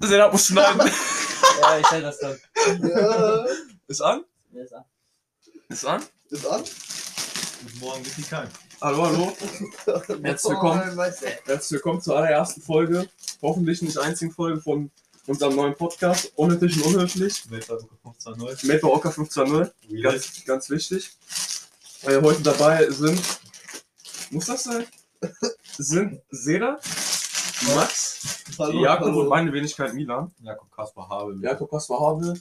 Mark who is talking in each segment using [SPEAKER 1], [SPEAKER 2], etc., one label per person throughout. [SPEAKER 1] Den abschneiden.
[SPEAKER 2] Ja, ich stell das dann.
[SPEAKER 3] Ja.
[SPEAKER 1] Ist an?
[SPEAKER 2] Ja, ist ab.
[SPEAKER 1] Ist an?
[SPEAKER 3] Ist an?
[SPEAKER 4] Guten Morgen, Vicky Kahn.
[SPEAKER 1] Hallo, hallo. Herzlich willkommen. Herzlich willkommen zur allerersten Folge, hoffentlich nicht einzigen Folge von unserem neuen Podcast, Unnötig und Unhöflich,
[SPEAKER 4] Weltweit 15.0.
[SPEAKER 1] Made by Orca 520.
[SPEAKER 4] Real.
[SPEAKER 1] Ganz, ganz wichtig. Äh, heute dabei sind, muss das sein? Sind Seda, Max,
[SPEAKER 3] Hallo,
[SPEAKER 1] Jakob
[SPEAKER 3] hallo.
[SPEAKER 1] und meine Wenigkeit Milan.
[SPEAKER 4] Jakob Kaspar Habe.
[SPEAKER 1] Jakob Kasper-Habel,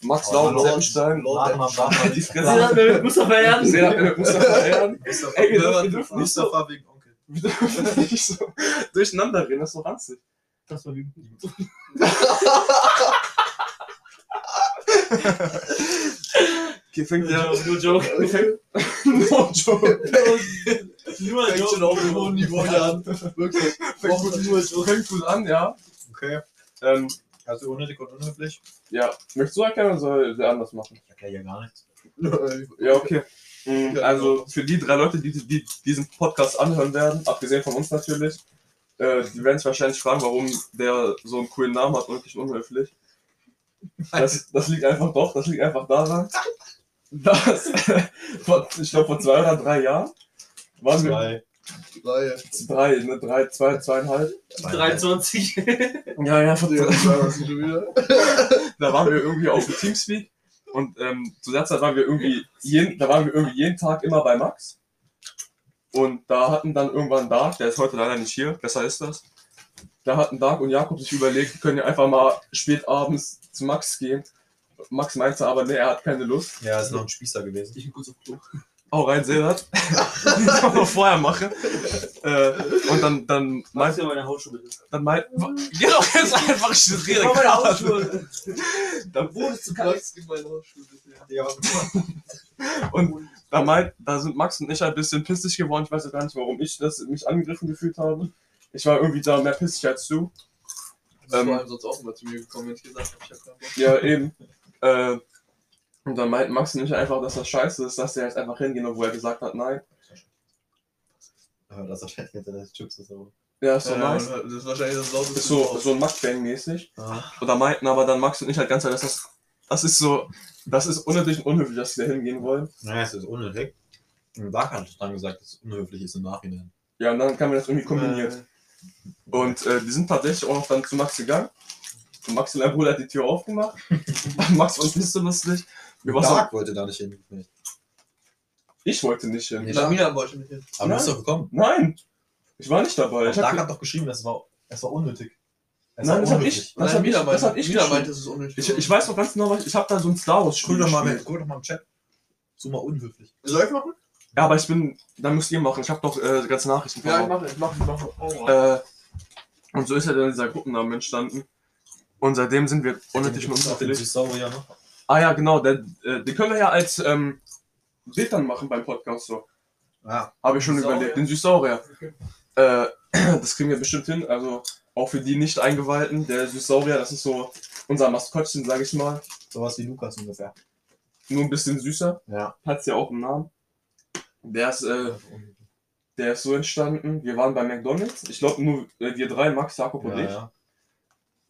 [SPEAKER 1] Max
[SPEAKER 4] Oh,
[SPEAKER 1] Laun,
[SPEAKER 3] Lord.
[SPEAKER 1] Seppenstein,
[SPEAKER 4] Warte mal, warte mal. Die
[SPEAKER 1] Fresse.
[SPEAKER 2] Mustafa Jan.
[SPEAKER 1] Seda, äh, Mustafa Erdem.
[SPEAKER 4] Mustafa,
[SPEAKER 1] Ey, wir dürfen- wir
[SPEAKER 4] Mustafa,
[SPEAKER 1] dürfen nicht so-
[SPEAKER 4] wegen Onkel.
[SPEAKER 1] Wir dürfen nicht so durcheinander reden, das ist doch ranzig.
[SPEAKER 2] Das war wie.
[SPEAKER 1] Okay, fängt
[SPEAKER 2] Ja,
[SPEAKER 1] ja.
[SPEAKER 2] nur Joke.
[SPEAKER 1] no joke.
[SPEAKER 2] Nur
[SPEAKER 3] Fängt schon auf einem hohen Niveau hier an. Wirklich.
[SPEAKER 1] Fängt gut, fängt gut an, ja.
[SPEAKER 4] Okay.
[SPEAKER 1] Ähm,
[SPEAKER 4] Also unnötig und unhöflich.
[SPEAKER 1] ja. Möchtest du erklären oder soll der anders machen?
[SPEAKER 4] Ich erkläre ja gar nichts.
[SPEAKER 1] Ja, okay. Mhm, Also für die drei Leute, die, die diesen Podcast anhören werden, abgesehen von uns natürlich, äh, die werden sich wahrscheinlich fragen, warum der so einen coolen Namen hat und wirklich unhöflich. Das, das liegt einfach doch, das liegt einfach daran, dass vor, ich glaube vor zwei oder drei Jahren waren wir
[SPEAKER 4] Zwei.
[SPEAKER 3] Drei.
[SPEAKER 1] drei, ne, drei, zwei, zweieinhalb.
[SPEAKER 2] 23.
[SPEAKER 1] Ja, ja, vor
[SPEAKER 3] Ja, zwei, was ist schon wieder?
[SPEAKER 1] da waren wir irgendwie auf dem Teamspeak und ähm, zu der Zeit waren wir irgendwie jeden, da waren wir irgendwie jeden Tag immer bei Max. Und da hatten dann irgendwann Dark, der ist heute leider nicht hier, besser ist das. Da hatten Dark und Jakob sich überlegt, wir können ja einfach mal spät abends zu Max gehen. Max meinte aber, nee, er hat keine Lust.
[SPEAKER 4] Ja, ist noch ein Spießer gewesen.
[SPEAKER 2] Ich bin kurz auf Klo.
[SPEAKER 1] Hau rein, Sedat. das kann man vorher machen. Äh, und dann, dann
[SPEAKER 2] Meinst
[SPEAKER 1] meinte,
[SPEAKER 2] du meine Hausschuhe bitte?
[SPEAKER 1] dann meinte, geh doch jetzt einfach, ich rede
[SPEAKER 2] meine
[SPEAKER 1] gerade.
[SPEAKER 2] Hausschuhe.
[SPEAKER 1] Dann
[SPEAKER 3] Wurdest du Max in meine Hausschuhe bisher?
[SPEAKER 4] Ja, was gemacht?
[SPEAKER 1] Und da, meint, da sind Max und ich ein bisschen pissig geworden. Ich weiß ja gar nicht, warum ich das, mich angegriffen gefühlt habe. Ich war irgendwie da mehr pissig als du.
[SPEAKER 3] Du bist
[SPEAKER 1] Ähm.
[SPEAKER 3] vor allem halt sonst auch immer zu mir gekommen, wenn ich gesagt habe, ich hab keinen Bock.
[SPEAKER 1] Ja, eben. Äh, und dann meint Max und ich einfach, dass das scheiße ist, dass er jetzt einfach hingehen, obwohl er gesagt hat, nein.
[SPEAKER 4] Das ist wahrscheinlich jetzt der Chips ist aber.
[SPEAKER 1] Ja, ist so
[SPEAKER 3] Ja,
[SPEAKER 1] nice.
[SPEAKER 3] Das ist wahrscheinlich das lauteste.
[SPEAKER 1] Ist so, so Mac-Bang-mäßig. Und da meinten aber dann Max und ich halt ganz klar, dass das, das ist so, das ist unnötig und unhöflich, dass wir da hingehen wollen.
[SPEAKER 4] Naja, es ist unnötig. Und da hat dann gesagt, dass es unhöflich ist im Nachhinein.
[SPEAKER 1] Ja, und dann haben wir das irgendwie kombiniert. Und äh, die sind tatsächlich auch noch dann zu Max gegangen. Und Max und mein Bruder hat die Tür aufgemacht. Max war uns nicht so lustig. Wir waren so,
[SPEAKER 4] Dark wollte da nicht hin. Nicht.
[SPEAKER 1] ich wollte nicht hin.
[SPEAKER 4] Nee.
[SPEAKER 3] Ich hab mir aber schon nicht hin.
[SPEAKER 1] Nein.
[SPEAKER 4] Aber du bist doch gekommen.
[SPEAKER 1] Nein, ich war nicht dabei. Ich
[SPEAKER 4] Dark
[SPEAKER 1] hab,
[SPEAKER 4] hat doch geschrieben, es war, es war unnötig. Es
[SPEAKER 1] nein,
[SPEAKER 4] war
[SPEAKER 1] das hab
[SPEAKER 4] unhöflich.
[SPEAKER 1] ich. Das hab ich,
[SPEAKER 3] Mila
[SPEAKER 1] das hab
[SPEAKER 3] meinte-
[SPEAKER 1] ich,
[SPEAKER 3] Mila
[SPEAKER 1] geschrieben.
[SPEAKER 3] meinte, es ist unnötig.
[SPEAKER 1] ich, ich weiß noch ganz genau, was ich habe da so ein Star Wars
[SPEAKER 4] Guck
[SPEAKER 1] Spiel
[SPEAKER 4] doch, mal,
[SPEAKER 1] gespielt.
[SPEAKER 4] guck doch mal im Chat. So mal unhöflich.
[SPEAKER 3] Soll ich machen?
[SPEAKER 1] Ja, aber ich bin, da müsst ihr machen. Ich habe doch äh, die ganzen Nachrichten
[SPEAKER 3] Ja, ich
[SPEAKER 1] verloren.
[SPEAKER 3] mache, ich mache, ich mache. Oh,
[SPEAKER 1] äh, Und so ist ja dann dieser Gruppennamen entstanden. Und seitdem sind wir unnötig und unverfällig.
[SPEAKER 4] Sauer ja noch.
[SPEAKER 1] Ah ja, genau. Den, äh, den können wir ja als ähm, Bild dann machen beim Podcast so.
[SPEAKER 4] Ja,
[SPEAKER 1] Habe ich schon
[SPEAKER 3] Süßsaurier.
[SPEAKER 1] überlegt. Den Süßsaurier. Äh, das kriegen wir bestimmt hin. Also auch für die Nicht-Eingeweihten. Der Süßsaurier, das ist so unser Maskottchen, sage ich mal.
[SPEAKER 4] sowas wie Lukas ungefähr.
[SPEAKER 1] Nur ein bisschen süßer.
[SPEAKER 4] Ja.
[SPEAKER 1] Hat ja auch einen Namen. Der ist, äh, der ist so entstanden. Wir waren bei McDonalds. Ich glaube nur äh, wir drei, Max, Jakob und ich.
[SPEAKER 4] ja,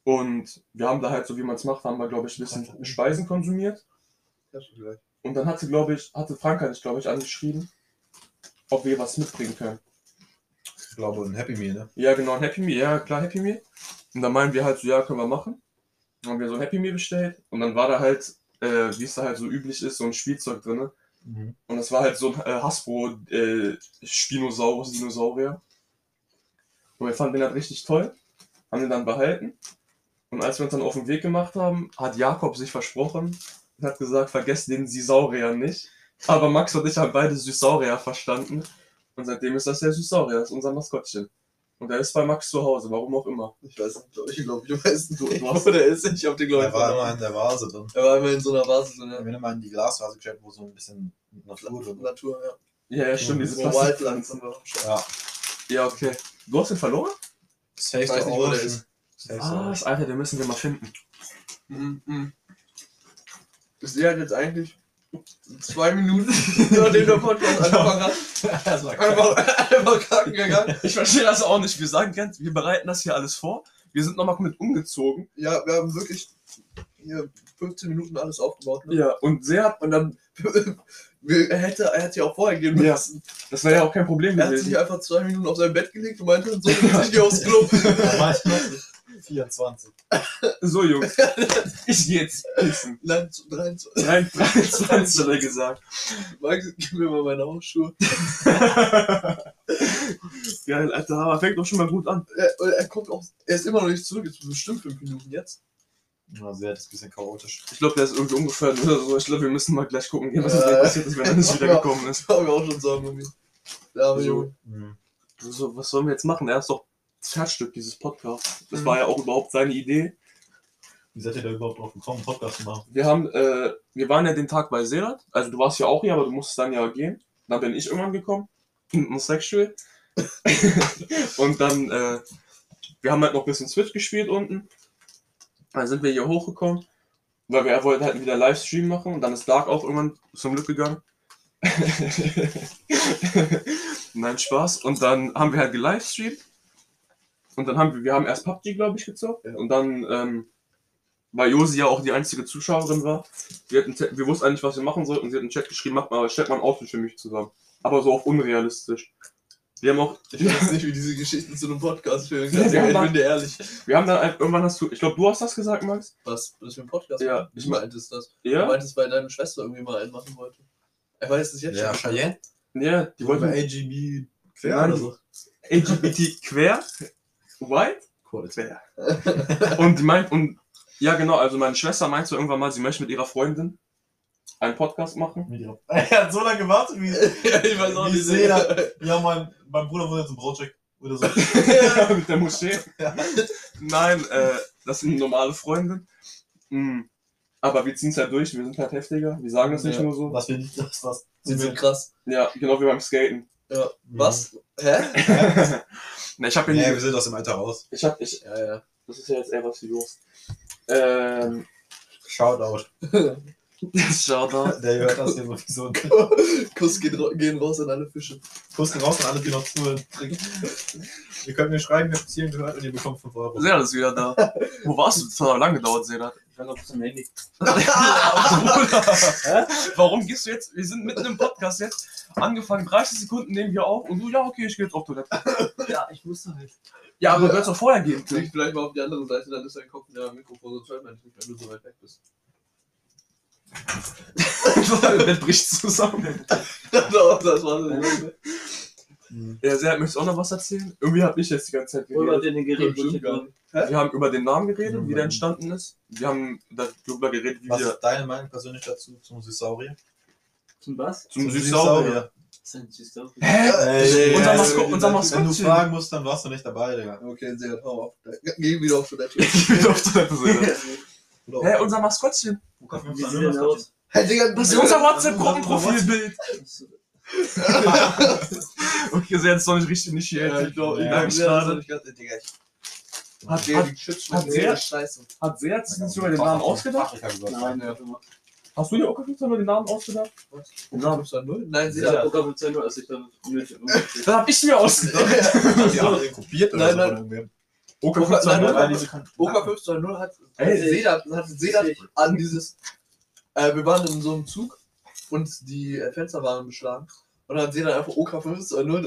[SPEAKER 1] Und wir haben da halt, so wie man es macht, haben wir, glaube ich, ein bisschen Speisen konsumiert.
[SPEAKER 3] ja, schon gleich.
[SPEAKER 1] Und dann hatte, glaube ich, hatte Franka dich, glaube ich, angeschrieben, ob wir was mitbringen können.
[SPEAKER 4] ich glaube, ein Happy Meal, ne?
[SPEAKER 1] Ja, genau, ein Happy Meal. Ja, klar, Happy Meal. Und dann meinen wir halt so, ja, können wir machen. Dann haben wir so ein Happy Meal bestellt. Und dann war da halt, äh, wie es da halt so üblich ist, so ein Spielzeug drin. Und das war halt so ein äh, Hasbro äh, Spinosaurus Dinosaurier. Und wir fanden den halt richtig toll. Haben den dann behalten. Und als wir uns dann auf den Weg gemacht haben, hat Jakob sich versprochen und hat gesagt, vergesst den Sisaurier nicht. Aber Max und ich haben beide Süßsaurier verstanden. Und seitdem ist das der Süßsaurier, das ist unser Maskottchen. Und er ist bei Max zu Hause, warum auch immer.
[SPEAKER 3] Ich weiß nicht, glaub ich glaube, du weißt nicht,
[SPEAKER 1] Du- du
[SPEAKER 3] wo
[SPEAKER 1] hast-
[SPEAKER 3] der ist. Ich hab den, glaube ich,
[SPEAKER 4] Der war immer
[SPEAKER 3] verloren.
[SPEAKER 4] in der Vase drin.
[SPEAKER 3] Er war immer in so einer Vase, so eine
[SPEAKER 4] Wenn immer in die Glasvase gestellt, wo so ein bisschen Natur drin war.
[SPEAKER 3] Natur, ja.
[SPEAKER 1] Ja, ja, stimmt,
[SPEAKER 4] Mhm.
[SPEAKER 1] diese
[SPEAKER 3] So Waldpflanzen.
[SPEAKER 1] Plastikpflanzen. Ja, okay. Du hast ihn verloren?
[SPEAKER 4] Safe
[SPEAKER 3] Ich weiß nicht, wo der ist.
[SPEAKER 4] Safe
[SPEAKER 1] Was, Alter, den müssen wir mal finden.
[SPEAKER 3] Mhm, mhm. Ich sehe halt jetzt eigentlich zwei Minuten, nachdem der Podcast angefangen hat,
[SPEAKER 4] Ah, das war
[SPEAKER 3] einfach, einfach kacken gegangen.
[SPEAKER 1] Ich verstehe das auch nicht. Wir sagen ganz, wir bereiten das hier alles vor. Wir sind nochmal komplett umgezogen.
[SPEAKER 3] Ja, wir haben wirklich hier 15 Minuten alles aufgebaut. Ne?
[SPEAKER 1] Ja. Und sehr hat
[SPEAKER 3] Und dann wir, er hätte er hätte ja auch vorher gehen
[SPEAKER 1] Ja.
[SPEAKER 3] müssen.
[SPEAKER 1] Das wäre ja auch kein Problem
[SPEAKER 3] Er hat sich
[SPEAKER 1] gewesen.
[SPEAKER 3] einfach zwei Minuten auf sein Bett gelegt und meinte, so, ich gehe aufs Klo.
[SPEAKER 4] Manchmal 24.
[SPEAKER 1] So, Jungs. ich gehe jetzt pissen.
[SPEAKER 3] Nein, zu 23.
[SPEAKER 1] 23 hat er gesagt.
[SPEAKER 3] Max, gib mir mal meine Hausschuhe.
[SPEAKER 1] Geil, Alter, aber fängt doch schon mal gut an.
[SPEAKER 3] Er, er kommt auch, er ist immer noch nicht zurück, jetzt bestimmt fünf Minuten jetzt.
[SPEAKER 4] Ja, sehr, das ist ein bisschen chaotisch.
[SPEAKER 1] Ich glaube, der ist irgendwie umgefallen oder so. Ich glaube, wir müssen mal gleich gucken gehen, was
[SPEAKER 3] Äh.
[SPEAKER 1] mit dem passiert ist, wenn er nicht wiedergekommen ist.
[SPEAKER 3] Das haben wir auch schon sagen, irgendwie. Da haben wir
[SPEAKER 1] So.
[SPEAKER 3] Junge.
[SPEAKER 4] Mhm.
[SPEAKER 1] So, was sollen wir jetzt machen? Er ist doch das Herzstück dieses Podcasts. Das
[SPEAKER 3] Mhm.
[SPEAKER 1] war ja auch überhaupt seine Idee.
[SPEAKER 4] Wie seid ihr da überhaupt drauf gekommen, einen Podcast zu machen?
[SPEAKER 1] Wir haben, äh, wir waren ja den Tag bei Serat. Also du warst ja auch hier, aber du musstest dann ja gehen. Dann bin ich irgendwann gekommen mit einem Sexual. und dann, äh, wir haben halt noch ein bisschen Switch gespielt unten. Dann sind wir hier hochgekommen, weil wir wollten halt wieder Livestream machen. Und dann ist Dark auch irgendwann zum Glück gegangen. Nein, Spaß. Und dann haben wir halt gelivestreamt. Und dann haben wir, wir haben erst PUBG, glaube ich, gezockt. Und dann, ähm, weil Josi ja auch die einzige Zuschauerin war. Wir, hatten, wir wussten eigentlich, was wir machen sollten. Sie hat einen Chat geschrieben, macht mal, stellt mal einen Outfit für mich zusammen. Aber so auch unrealistisch. Wir haben auch,
[SPEAKER 3] Ich weiß nicht, wie diese Geschichten zu einem Podcast führen.
[SPEAKER 1] Ja,
[SPEAKER 3] Ja,
[SPEAKER 1] wir haben
[SPEAKER 3] ich
[SPEAKER 1] mal-
[SPEAKER 3] bin dir ehrlich.
[SPEAKER 1] wir haben dann ein- irgendwann hast du, ich glaube, du hast das gesagt, Max.
[SPEAKER 3] Was? Was für ein Podcast?
[SPEAKER 1] Ja,
[SPEAKER 3] ich
[SPEAKER 1] ich
[SPEAKER 3] meintest das. Du
[SPEAKER 1] Ja?
[SPEAKER 3] meintest, weil deine Schwester irgendwie mal einen machen wollte. Er weiß es jetzt schon.
[SPEAKER 4] Cheyenne?
[SPEAKER 1] Ja, die wollten
[SPEAKER 4] AGB
[SPEAKER 1] quer oder so? LGBT quer, white,
[SPEAKER 4] Cool.
[SPEAKER 1] quer. Und die meint, und ja genau, also meine Schwester meinte irgendwann mal, sie möchte mit ihrer Freundin einen Podcast machen.
[SPEAKER 4] Er hat so lange gewartet, wie.
[SPEAKER 3] ja, ich weiß auch
[SPEAKER 4] Ich
[SPEAKER 3] nicht.
[SPEAKER 4] sehe das. Ja, mein, mein Bruder wurde zum Brotcheck oder so.
[SPEAKER 1] mit der Moschee. Nein, äh, das sind normale Freunde. Mhm. Aber wir ziehen es halt durch, wir sind halt heftiger. Wir sagen das nicht
[SPEAKER 3] Ja.
[SPEAKER 1] nur so.
[SPEAKER 4] Was wir nicht, das, das.
[SPEAKER 3] Sie sind krass.
[SPEAKER 1] Ja, Mhm. genau wie beim Skaten.
[SPEAKER 3] Ja. Was? Hä?
[SPEAKER 1] Na, ich habe
[SPEAKER 4] Nee,
[SPEAKER 1] ja
[SPEAKER 4] wir
[SPEAKER 1] nie.
[SPEAKER 4] sind aus dem Alter raus.
[SPEAKER 1] Ich hab, ich,
[SPEAKER 3] Ja, ja.
[SPEAKER 1] das ist ja jetzt eher was für Jungs. Ähm,
[SPEAKER 4] Shoutout.
[SPEAKER 1] Shoutout.
[SPEAKER 4] Der hört das hier sowieso.
[SPEAKER 3] Kuss geht, ra- gehen raus an alle Fische.
[SPEAKER 4] Kuss geht raus an alle, die noch zuhören. Ihr könnt mir schreiben, ihr habt es hier gehört und ihr bekommt 5 Euro.
[SPEAKER 1] Sedat ist wieder da. Wo warst du? Das hat aber lange gedauert, Sedat.
[SPEAKER 2] Ich war noch bis am Handy.
[SPEAKER 1] Warum gehst du jetzt? Wir sind mitten im Podcast jetzt. Angefangen, 30 Sekunden nehmen wir auf und du, ja, okay, ich gehe jetzt auf Toilette.
[SPEAKER 2] Ja, ich musste halt.
[SPEAKER 1] Ja, aber du hättest doch vorher gehen können.
[SPEAKER 3] Dreh vielleicht mal auf die andere Seite, dann ist dein Kopf näher am Mikrofon, sonst hört man dich nicht, wenn du so weit weg bist.
[SPEAKER 1] Dann bricht zusammen.
[SPEAKER 3] Doch, das war das.
[SPEAKER 4] Mhm.
[SPEAKER 1] Ja, Sedat, möchtest du auch noch was erzählen? Irgendwie habe ich jetzt die ganze Zeit
[SPEAKER 2] Oder
[SPEAKER 1] geredet.
[SPEAKER 2] den Gerät. wo ich jetzt-
[SPEAKER 1] Wir haben über den Namen geredet,
[SPEAKER 4] Mhm.
[SPEAKER 1] wie der entstanden ist. Wir haben darüber geredet, wie
[SPEAKER 4] Was
[SPEAKER 1] wir
[SPEAKER 4] ist deine Meinung persönlich dazu zum Süßsaurier?
[SPEAKER 2] Zum was?
[SPEAKER 1] zum Süßsaurier.
[SPEAKER 2] Das ist ein süßer.
[SPEAKER 1] Hä?
[SPEAKER 4] Ey,
[SPEAKER 1] Äh, unser
[SPEAKER 4] ey,
[SPEAKER 1] Masko- unser
[SPEAKER 4] ey, Wenn du
[SPEAKER 1] Maskottchen.
[SPEAKER 4] fragen musst, dann warst du nicht dabei, Digga.
[SPEAKER 3] Okay, sehr, hau auf. Geh wieder auf Toilette.
[SPEAKER 1] Ich bin auf Toilette Sedat.
[SPEAKER 4] Oder
[SPEAKER 1] Hä, unser Maskottchen.
[SPEAKER 4] Wo kommt
[SPEAKER 2] Wie sieht denn aus?
[SPEAKER 3] Hey, Digga,
[SPEAKER 1] Das ist
[SPEAKER 3] Digga,
[SPEAKER 1] unser WhatsApp-Gruppenprofilbild. Okay, Sedat ist doch nicht richtig nicht hier. äh,
[SPEAKER 3] Ja, ich glaube, ich
[SPEAKER 4] Ja,
[SPEAKER 3] glaube,
[SPEAKER 1] ich
[SPEAKER 3] sehr, das
[SPEAKER 1] gerade.
[SPEAKER 3] ist nicht ganz- Digga, ich
[SPEAKER 1] Hat,
[SPEAKER 3] geh
[SPEAKER 1] hat,
[SPEAKER 3] die Chips
[SPEAKER 1] hat
[SPEAKER 3] mit
[SPEAKER 1] sehr-
[SPEAKER 3] der Scheiße.
[SPEAKER 1] hat Sedat sich sogar den Namen ausgedacht?
[SPEAKER 2] Nein, ja.
[SPEAKER 1] Hast du dir auch gefühlt, sogar den Namen ausgedacht?
[SPEAKER 3] Was?
[SPEAKER 1] Den Namen.
[SPEAKER 3] Gibt's da null? Nein,
[SPEAKER 2] Sie
[SPEAKER 3] sehr.
[SPEAKER 2] hat Poker halt mit 10 Uhr, als ich dann unnötig
[SPEAKER 1] Das hab ich mir ausgedacht.
[SPEAKER 4] Ja,
[SPEAKER 3] Nein, nein.
[SPEAKER 4] kopiert also oder so.
[SPEAKER 1] Okay,
[SPEAKER 4] von
[SPEAKER 3] Nein, nein,
[SPEAKER 4] irgendwem.
[SPEAKER 3] nein.
[SPEAKER 4] Weil diese kann-
[SPEAKER 3] Opa 520 hat,
[SPEAKER 1] Ey,
[SPEAKER 3] hat Sedat, hat Sedat an dieses. Äh, wir waren in so einem Zug und die äh, Fenster waren beschlagen. Und dann hat Sedat einfach OK 520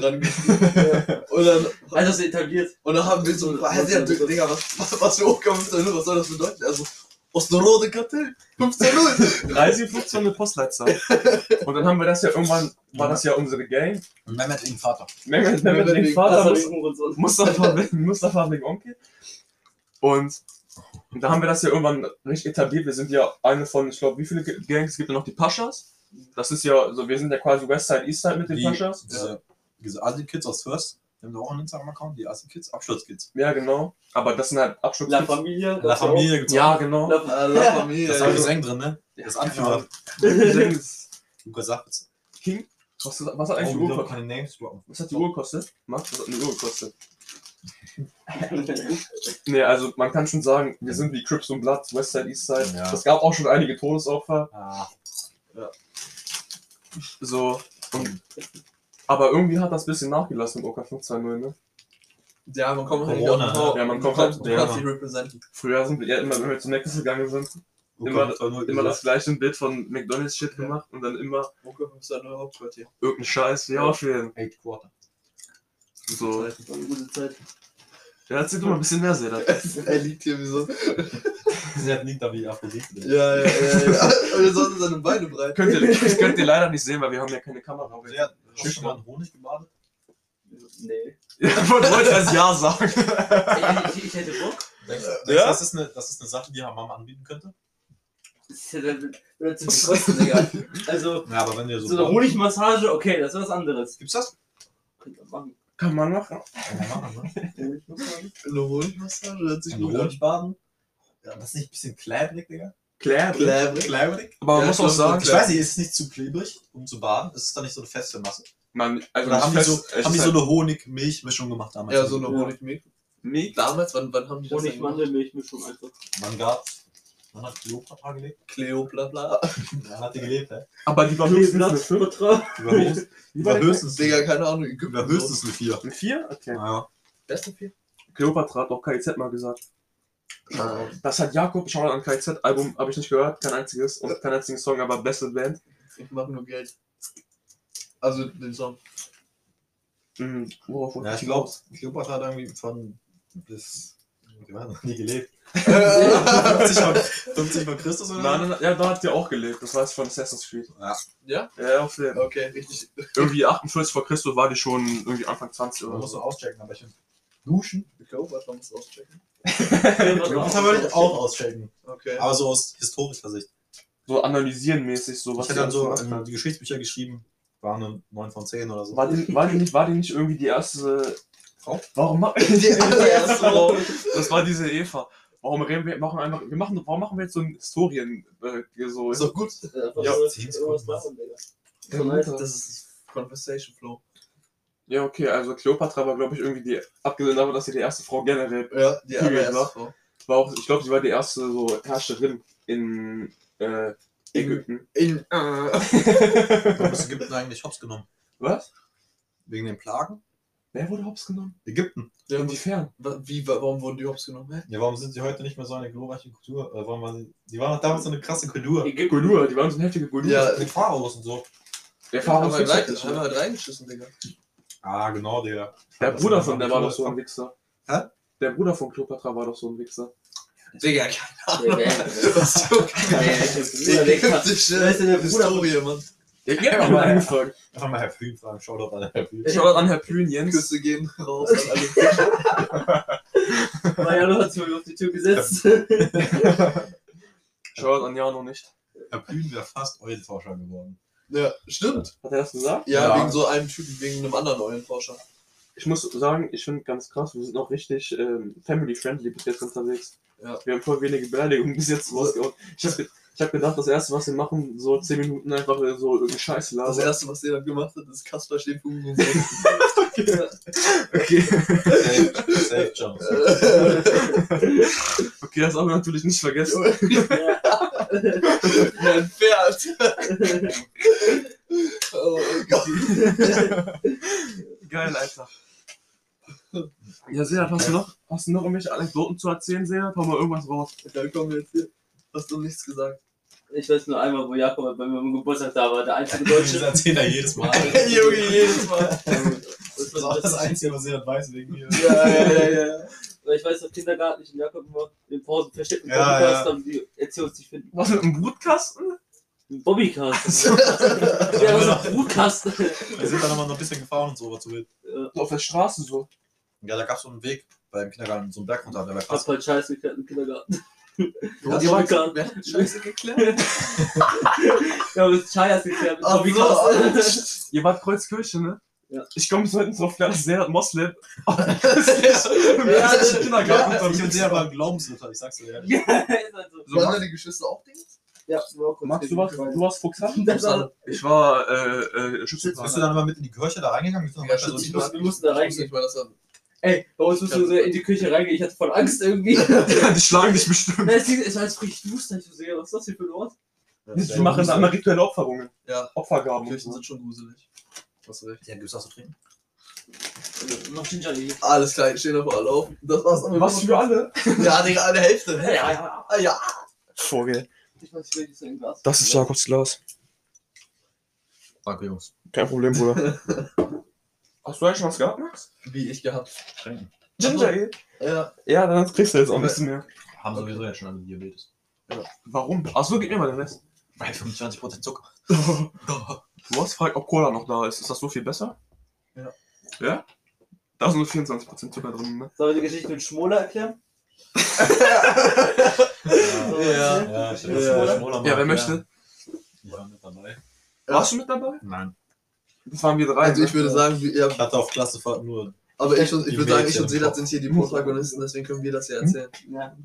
[SPEAKER 3] dran geschrieben. Ja. und, dann,
[SPEAKER 2] Also, sie etabliert.
[SPEAKER 3] und dann haben wir so. Hey, Sedat, Digga, was, was, was für OK 520, was soll das bedeuten? Also, Osterode Kartell 520.
[SPEAKER 1] 30 mit Postleitzahl. Und dann haben wir das ja irgendwann, war das ja unsere Gang.
[SPEAKER 4] Mehmet in Vater.
[SPEAKER 1] Mehmet, Mehmet,
[SPEAKER 3] Mehmet
[SPEAKER 1] den
[SPEAKER 3] wegen-
[SPEAKER 1] Vater,
[SPEAKER 2] Also,
[SPEAKER 1] Mus-
[SPEAKER 2] und so.
[SPEAKER 1] Mustafa, Mustafa wegen Onkel. Und da haben wir das ja irgendwann richtig etabliert. Wir sind ja eine von, ich glaube, wie viele G- Gangs gibt es noch? Die Paschas? Das ist ja, also wir sind ja quasi Westside, Eastside mit den
[SPEAKER 4] Die,
[SPEAKER 1] Paschas.
[SPEAKER 4] diese, diese Asi-Kids aus First, die haben da auch einen Instagram-Account, die Asi-Kids, Abschlusskids.
[SPEAKER 1] Ja, genau. Aber das sind halt
[SPEAKER 2] La
[SPEAKER 1] Abschluss.
[SPEAKER 2] Familia.
[SPEAKER 4] La
[SPEAKER 2] das auch.
[SPEAKER 4] Familie gibt's
[SPEAKER 1] Ja,
[SPEAKER 2] La
[SPEAKER 1] genau.
[SPEAKER 2] Familia.
[SPEAKER 3] Äh, La Familia.
[SPEAKER 4] Das ist alles eng drin, ne? Das Anführer. Lukas sagt jetzt.
[SPEAKER 1] King? Was, was hat eigentlich die
[SPEAKER 4] Warum
[SPEAKER 1] Uhr
[SPEAKER 4] darf
[SPEAKER 1] gekostet?
[SPEAKER 4] keine Names droppen?
[SPEAKER 1] Was hat die Uhr gekostet? Max, was hat eine Uhr gekostet? Nee, also man kann schon sagen, wir sind wie Crips und Bloods, Westside, Eastside.
[SPEAKER 4] Ja.
[SPEAKER 1] Es gab auch schon einige Todesopfer.
[SPEAKER 4] Ah,
[SPEAKER 1] So. Und, aber irgendwie hat das ein bisschen nachgelassen im OK 520, ne?
[SPEAKER 3] Ja, man kommt halt nicht
[SPEAKER 4] Corona,
[SPEAKER 3] auf den Tau-
[SPEAKER 1] ne? Ja, man kommt
[SPEAKER 3] kann-
[SPEAKER 1] halt-
[SPEAKER 3] Du
[SPEAKER 1] ja.
[SPEAKER 3] kannst dich representen.
[SPEAKER 1] Früher sind wir ja immer, wenn wir zum Nexus gegangen sind, Immer- immer das gleiche Bild von McDonalds-Shit gemacht und dann immer
[SPEAKER 3] Woke ist ein neuer Hauptquartier.
[SPEAKER 1] irgendeinen Scheiß hier aufwählen.
[SPEAKER 4] Eight Quarter.
[SPEAKER 1] So.
[SPEAKER 3] Zeiten.
[SPEAKER 2] War eine gute Zeit.
[SPEAKER 1] Ja, erzähl du mal ein bisschen mehr, Seda.
[SPEAKER 3] er liegt hier wie so.
[SPEAKER 4] Sie hat liegt da wie Aphrodite.
[SPEAKER 3] Ja, ja, ja. ja. Und er sollte seine Beine breit.
[SPEAKER 1] Könnt ihr, das könnt ihr leider nicht sehen, weil wir haben ja keine Kamera.
[SPEAKER 4] Sie hat schon mal
[SPEAKER 1] Schüchtern.
[SPEAKER 4] einen Honig gebadet.
[SPEAKER 2] Nee.
[SPEAKER 1] Ja, man wollte das Ja sagen.
[SPEAKER 2] Ey, ich, ich hätte Bock.
[SPEAKER 4] Denkst, denkst, du,
[SPEAKER 1] Ja?
[SPEAKER 4] das, ist eine, das ist eine Sache, die Mama anbieten könnte.
[SPEAKER 2] Das ist ja dann dann zu bekosten, Digga. Also,
[SPEAKER 4] Ja, aber wenn ihr
[SPEAKER 2] so eine Honigmassage, okay, das ist was anderes.
[SPEAKER 4] Gibt's das?
[SPEAKER 2] Könnt ihr machen.
[SPEAKER 1] Kann man machen.
[SPEAKER 4] Kann man machen, ne?
[SPEAKER 2] Honigmassage?
[SPEAKER 3] Eine Honigmassage hört sich
[SPEAKER 4] Eine
[SPEAKER 3] gut an.
[SPEAKER 4] Honigbaden. Ja, das ist nicht ein bisschen klebrig, Digga?
[SPEAKER 1] Klar.
[SPEAKER 3] Clever.
[SPEAKER 4] Klebrig?
[SPEAKER 1] Aber man
[SPEAKER 3] Ja,
[SPEAKER 1] muss
[SPEAKER 3] ich
[SPEAKER 1] auch
[SPEAKER 3] glaub,
[SPEAKER 1] sagen,
[SPEAKER 4] Ich weiß nicht, ist es nicht zu klebrig, um zu baden? Ist es dann nicht so eine feste Masse?
[SPEAKER 1] man, also
[SPEAKER 4] Oder haben die
[SPEAKER 1] fest-
[SPEAKER 4] so,
[SPEAKER 1] es
[SPEAKER 4] haben die
[SPEAKER 1] ist
[SPEAKER 4] so
[SPEAKER 1] halt-
[SPEAKER 4] eine Honig-Milch-Mischung gemacht damals?
[SPEAKER 3] Ja, so eine Honigmilch.
[SPEAKER 1] Nee,
[SPEAKER 3] Damals, wann, wann haben die das denn gemacht?
[SPEAKER 2] Honig-Mandelmilch-Mischung einfach.
[SPEAKER 4] Wann gab's? Wann hat Kleopatra gelebt?
[SPEAKER 3] Kleopatra.
[SPEAKER 4] Wann hat die gelebt, hä?
[SPEAKER 1] aber die war höchstens eine 5.
[SPEAKER 4] Die war höchstens- die war höchstens,
[SPEAKER 3] Digga, keine Ahnung,
[SPEAKER 4] die
[SPEAKER 3] Ägypten.
[SPEAKER 4] war höchstens eine 4.
[SPEAKER 1] Eine 4? Okay.
[SPEAKER 4] Naja.
[SPEAKER 3] Beste vier.
[SPEAKER 1] Kleopatra hat auch KIZ mal gesagt.
[SPEAKER 3] Nein.
[SPEAKER 1] Das hat Jakob, schau mal an KIZ, Album habe ich nicht gehört, kein einziges und kein einzigen Song, aber beste Band.
[SPEAKER 3] Ich mach nur Geld. Also den Song.
[SPEAKER 1] Mhm. Worauf wollte
[SPEAKER 4] Ja, ich glaube, Kleopatra hat irgendwie von bis. Die waren noch nie gelebt. 50 vor, 50 vor Christus oder
[SPEAKER 1] Nein, nein, nein, ja, da hat die auch gelebt, das weiß ich von Assassin's Creed.
[SPEAKER 4] Ja.
[SPEAKER 3] Ja?
[SPEAKER 1] Ja, auf jeden Fall.
[SPEAKER 3] Okay, richtig.
[SPEAKER 1] Irgendwie 48 vor Christus war die schon irgendwie Anfang 20
[SPEAKER 4] Man
[SPEAKER 1] oder
[SPEAKER 4] muss
[SPEAKER 1] so.
[SPEAKER 4] so auschecken, aber ich Duschen?
[SPEAKER 3] Ich glaube, was man muss auschecken.
[SPEAKER 4] Kleopatra würde ich auch auschecken.
[SPEAKER 3] Okay.
[SPEAKER 4] Aber so aus historischer Sicht.
[SPEAKER 1] So analysieren mäßig, so
[SPEAKER 4] Ich
[SPEAKER 1] was
[SPEAKER 4] hätte
[SPEAKER 1] die
[SPEAKER 4] dann so
[SPEAKER 1] alles gemacht
[SPEAKER 4] in die Geschichtsbücher geschrieben, waren eine 9 von 10 oder
[SPEAKER 1] haben.
[SPEAKER 4] so.
[SPEAKER 1] war die, war, die nicht, war die nicht irgendwie die erste
[SPEAKER 4] Frau?
[SPEAKER 1] Warum ma-
[SPEAKER 3] Die erste Frau.
[SPEAKER 1] Das war diese Eva. Warum reden wir, machen wir einfach, wir machen, warum machen wir jetzt so ein Historien, äh, hier so,
[SPEAKER 3] Ist doch gut.
[SPEAKER 1] Ja,
[SPEAKER 4] zehn
[SPEAKER 2] irgendwas
[SPEAKER 4] Sekunden.
[SPEAKER 2] machen, Digga.
[SPEAKER 1] Ja,
[SPEAKER 2] nice.
[SPEAKER 1] Mutter.
[SPEAKER 3] Das ist Conversation Flow.
[SPEAKER 1] Ja, okay, also Cleopatra war, glaube ich, irgendwie die, abgesehen davon, dass sie die erste Frau generell
[SPEAKER 3] Ja, die
[SPEAKER 1] Ja,
[SPEAKER 3] allererste
[SPEAKER 1] ja.
[SPEAKER 3] Frau.
[SPEAKER 1] war, auch, ich glaube, sie war die erste so Herrscherin in äh, Ägypten.
[SPEAKER 3] In, äh,
[SPEAKER 4] Warum ist Ägypten eigentlich hops genommen?
[SPEAKER 1] Was?
[SPEAKER 4] Wegen den Plagen?
[SPEAKER 1] Wer wurde hops genommen?
[SPEAKER 4] Ägypten.
[SPEAKER 3] ja, wie,
[SPEAKER 1] Inwiefern?
[SPEAKER 3] wie, warum wurden die Hops genommen? Hä?
[SPEAKER 4] Ja, warum sind sie heute nicht mehr so eine glorreiche Kultur? Äh, warum waren sie, die waren doch damals so eine krasse Kultur.
[SPEAKER 2] Ägypten.
[SPEAKER 1] Gulur, die waren so ein heftiger Gulur.
[SPEAKER 3] Ja.
[SPEAKER 4] Mit Pharaos und so.
[SPEAKER 1] Der
[SPEAKER 3] Haben
[SPEAKER 1] Pharaos
[SPEAKER 3] wir
[SPEAKER 1] Wichser.
[SPEAKER 3] rein- haben wir halt reingeschissen, Digga.
[SPEAKER 4] Ah, genau, der.
[SPEAKER 1] Der
[SPEAKER 4] Das
[SPEAKER 1] Bruder
[SPEAKER 4] war
[SPEAKER 1] von der
[SPEAKER 4] eine
[SPEAKER 1] war doch
[SPEAKER 4] Kultur.
[SPEAKER 1] so ein Wichser.
[SPEAKER 4] Hä?
[SPEAKER 1] Der Bruder von Cleopatra war doch so ein Wichser.
[SPEAKER 3] Digga, keine
[SPEAKER 2] Ja, der-
[SPEAKER 3] Was so
[SPEAKER 2] der- der- der- der- Wer ist denn der
[SPEAKER 3] ägyptische
[SPEAKER 2] Bruder von-
[SPEAKER 3] Historie, Mann.
[SPEAKER 1] Der geht
[SPEAKER 4] Ja,
[SPEAKER 1] mal
[SPEAKER 4] ja.
[SPEAKER 1] angefangen.
[SPEAKER 4] Einfach mal Herr Flügen fragen, schau doch an Herr Flügen.
[SPEAKER 1] Schaut an Herr Plün, Jens.
[SPEAKER 3] Küsse gehen raus an alle.
[SPEAKER 2] Mariano hat sich mal auf die Tür gesetzt.
[SPEAKER 1] Schaut an Jano nicht.
[SPEAKER 4] Herr Flügen wäre fast Eulenforscher geworden.
[SPEAKER 3] Ja, stimmt.
[SPEAKER 1] Hat er das gesagt?
[SPEAKER 3] Ja,
[SPEAKER 4] Ja.
[SPEAKER 3] wegen so einem Typen, wegen einem anderen Eulenforscher.
[SPEAKER 1] Ich muss sagen, ich finde ganz krass, wir sind auch richtig ähm, family-friendly bis jetzt unterwegs.
[SPEAKER 3] Ja.
[SPEAKER 1] Wir haben voll wenige Beerdigungen bis jetzt rausgehauen. Ich habe ich hab gedacht, das erste, was wir machen, so 10 Minuten einfach äh, so irgendeinen Scheiß
[SPEAKER 3] Das
[SPEAKER 1] labern.
[SPEAKER 3] erste, was der dann gemacht hat, ist Kasper steht Fugen und so.
[SPEAKER 1] Okay.
[SPEAKER 4] Safe, safe Jump.
[SPEAKER 1] okay, das haben wir natürlich nicht vergessen.
[SPEAKER 3] Mein Pferd. oh mein Gott.
[SPEAKER 1] Geil, Alter. Ja, Seat, hast du noch, hast du noch irgendwelche Anekdoten zu erzählen, Seat? Hau mal irgendwas raus.
[SPEAKER 3] Da kommen wir jetzt hier. Hast du nichts gesagt?
[SPEAKER 2] Ich weiß nur einmal, wo Jakob bei meinem Geburtstag da war, der einzige
[SPEAKER 4] Das
[SPEAKER 2] Deutsche.
[SPEAKER 4] erzählt er jedes Mal.
[SPEAKER 3] Junge, jedes Mal.
[SPEAKER 4] Das ist auch das Einzige, was er weiß wegen mir.
[SPEAKER 3] Ja, ja, ja, ja.
[SPEAKER 2] Weil ich weiß, im Kindergarten, ich und Jakob immer in Pausen versteckt mit
[SPEAKER 4] Ja,
[SPEAKER 2] Bobbycast,
[SPEAKER 4] ja.
[SPEAKER 2] haben die erzähl uns nicht finden.
[SPEAKER 1] Was mit einem Brutkasten?
[SPEAKER 2] Ein Bobbycast. Ja, was ist ein Brutcast?
[SPEAKER 4] Wir sind dann immer noch ein bisschen gefahren und so, was zu wild.
[SPEAKER 1] So auf der Straße so.
[SPEAKER 4] Ja, da gab es so einen Weg beim Kindergarten, so einen Berg runter, der war
[SPEAKER 2] Ich hab
[SPEAKER 4] krass.
[SPEAKER 2] halt Scheiße geklärt im Kindergarten.
[SPEAKER 3] Hast
[SPEAKER 2] die
[SPEAKER 3] du
[SPEAKER 2] war-
[SPEAKER 3] geklärt? Wer hat die Scheiße geklärt?
[SPEAKER 2] Wir haben uns Scheiße geklärt mit
[SPEAKER 3] Ach so,
[SPEAKER 2] Bobbycast.
[SPEAKER 3] Alter.
[SPEAKER 1] Ihr wart Kreuzkirche, ne?
[SPEAKER 2] Ja.
[SPEAKER 1] Ich komme bis heute nicht drauf klar, dass Seat Moslem im
[SPEAKER 3] Ja,
[SPEAKER 1] ersten
[SPEAKER 3] das-
[SPEAKER 1] Kindergarten
[SPEAKER 3] ja.
[SPEAKER 4] Ich und
[SPEAKER 1] unterwegs
[SPEAKER 4] der
[SPEAKER 1] war.
[SPEAKER 4] waren Glaubensritter, ich sag's dir.
[SPEAKER 2] Ja,
[SPEAKER 4] Ja.
[SPEAKER 2] ist halt so.
[SPEAKER 1] So,
[SPEAKER 3] Waren
[SPEAKER 1] Max-
[SPEAKER 3] deine Geschwister auch Dings?
[SPEAKER 2] Ja, war auch
[SPEAKER 1] Max,
[SPEAKER 2] kurz
[SPEAKER 1] du warst,
[SPEAKER 2] gewesen.
[SPEAKER 1] du warst Fuchshaft?
[SPEAKER 2] Das war-
[SPEAKER 1] Ich war äh, äh,
[SPEAKER 4] Bist du dann immer mit in die Kirche da reingegangen? Wir sind
[SPEAKER 3] Ja,
[SPEAKER 4] dann manchmal so
[SPEAKER 3] stimmt.
[SPEAKER 4] die-
[SPEAKER 2] Wir mussten da
[SPEAKER 3] Ich wusste
[SPEAKER 2] reingehen.
[SPEAKER 3] nicht mal, dass er.
[SPEAKER 2] Ey, bei uns musst du so in die Küche reingehen. Ich hatte voll Angst irgendwie. Nein,
[SPEAKER 1] Die schlagen dich bestimmt.
[SPEAKER 2] es liegt- es war jetzt richtig duster. Ich so, Digga, was ist das hier für ein Ort?
[SPEAKER 1] Die machen da immer rituelle Opferungen.
[SPEAKER 3] Ja.
[SPEAKER 1] Opfergaben. und
[SPEAKER 3] Kirchen
[SPEAKER 1] so.
[SPEAKER 3] sind schon gruselig. Hast du recht.
[SPEAKER 4] Ja, gibt's auch zu trinken?
[SPEAKER 2] Also, noch Ginger Ale.
[SPEAKER 3] Alles klar, ich stehe noch mal auf. Das war's dann. mit
[SPEAKER 1] Was für alle?
[SPEAKER 3] Podcast. Ja, Digga, eine Hälfte.
[SPEAKER 2] Ja, ja, ja.
[SPEAKER 3] Ah, ja.
[SPEAKER 1] Vogel.
[SPEAKER 2] Ich weiß, ich will jetzt ein Glas.
[SPEAKER 1] Das ist Jakobs Glas.
[SPEAKER 4] Danke, Jungs.
[SPEAKER 1] Kein Problem, Bruder. Hast du eigentlich was gehabt, Max?
[SPEAKER 3] Wie ich gehabt.
[SPEAKER 4] Schränken.
[SPEAKER 1] Ginger Ale?
[SPEAKER 3] Ja.
[SPEAKER 1] Ja, dann kriegst du jetzt auch ein bisschen mehr.
[SPEAKER 4] Haben sowieso jetzt schon alle Diabetes.
[SPEAKER 1] Warum? Achso, gib mir mal den Rest.
[SPEAKER 4] Weil 25% Zucker.
[SPEAKER 1] Du hast gefragt, ob Cola noch da ist. Ist das so viel besser?
[SPEAKER 3] Ja.
[SPEAKER 1] Ja? Da ist nur 24% Zucker drin, ne?
[SPEAKER 2] Sollen wir die Geschichte mit Schmoller erklären?
[SPEAKER 4] ja,
[SPEAKER 2] So,
[SPEAKER 3] Ja.
[SPEAKER 2] ne?
[SPEAKER 4] ja, ich will
[SPEAKER 3] Ja.
[SPEAKER 4] das Schmoller machen.
[SPEAKER 1] Ja, wer möchte?
[SPEAKER 4] Ich war mit dabei.
[SPEAKER 1] Warst du mit dabei?
[SPEAKER 4] Nein.
[SPEAKER 1] Das waren wir drei.
[SPEAKER 3] Also ich
[SPEAKER 1] ne?
[SPEAKER 3] würde sagen, wir, ja,
[SPEAKER 4] Ich hatte auf Klassenfahrt nur.
[SPEAKER 3] aber ich und, ich
[SPEAKER 4] Die
[SPEAKER 3] würde sagen, ich
[SPEAKER 4] Mädchen.
[SPEAKER 3] und Sedat sind hier die Protagonisten, deswegen können wir das ja erzählen.
[SPEAKER 2] Ja.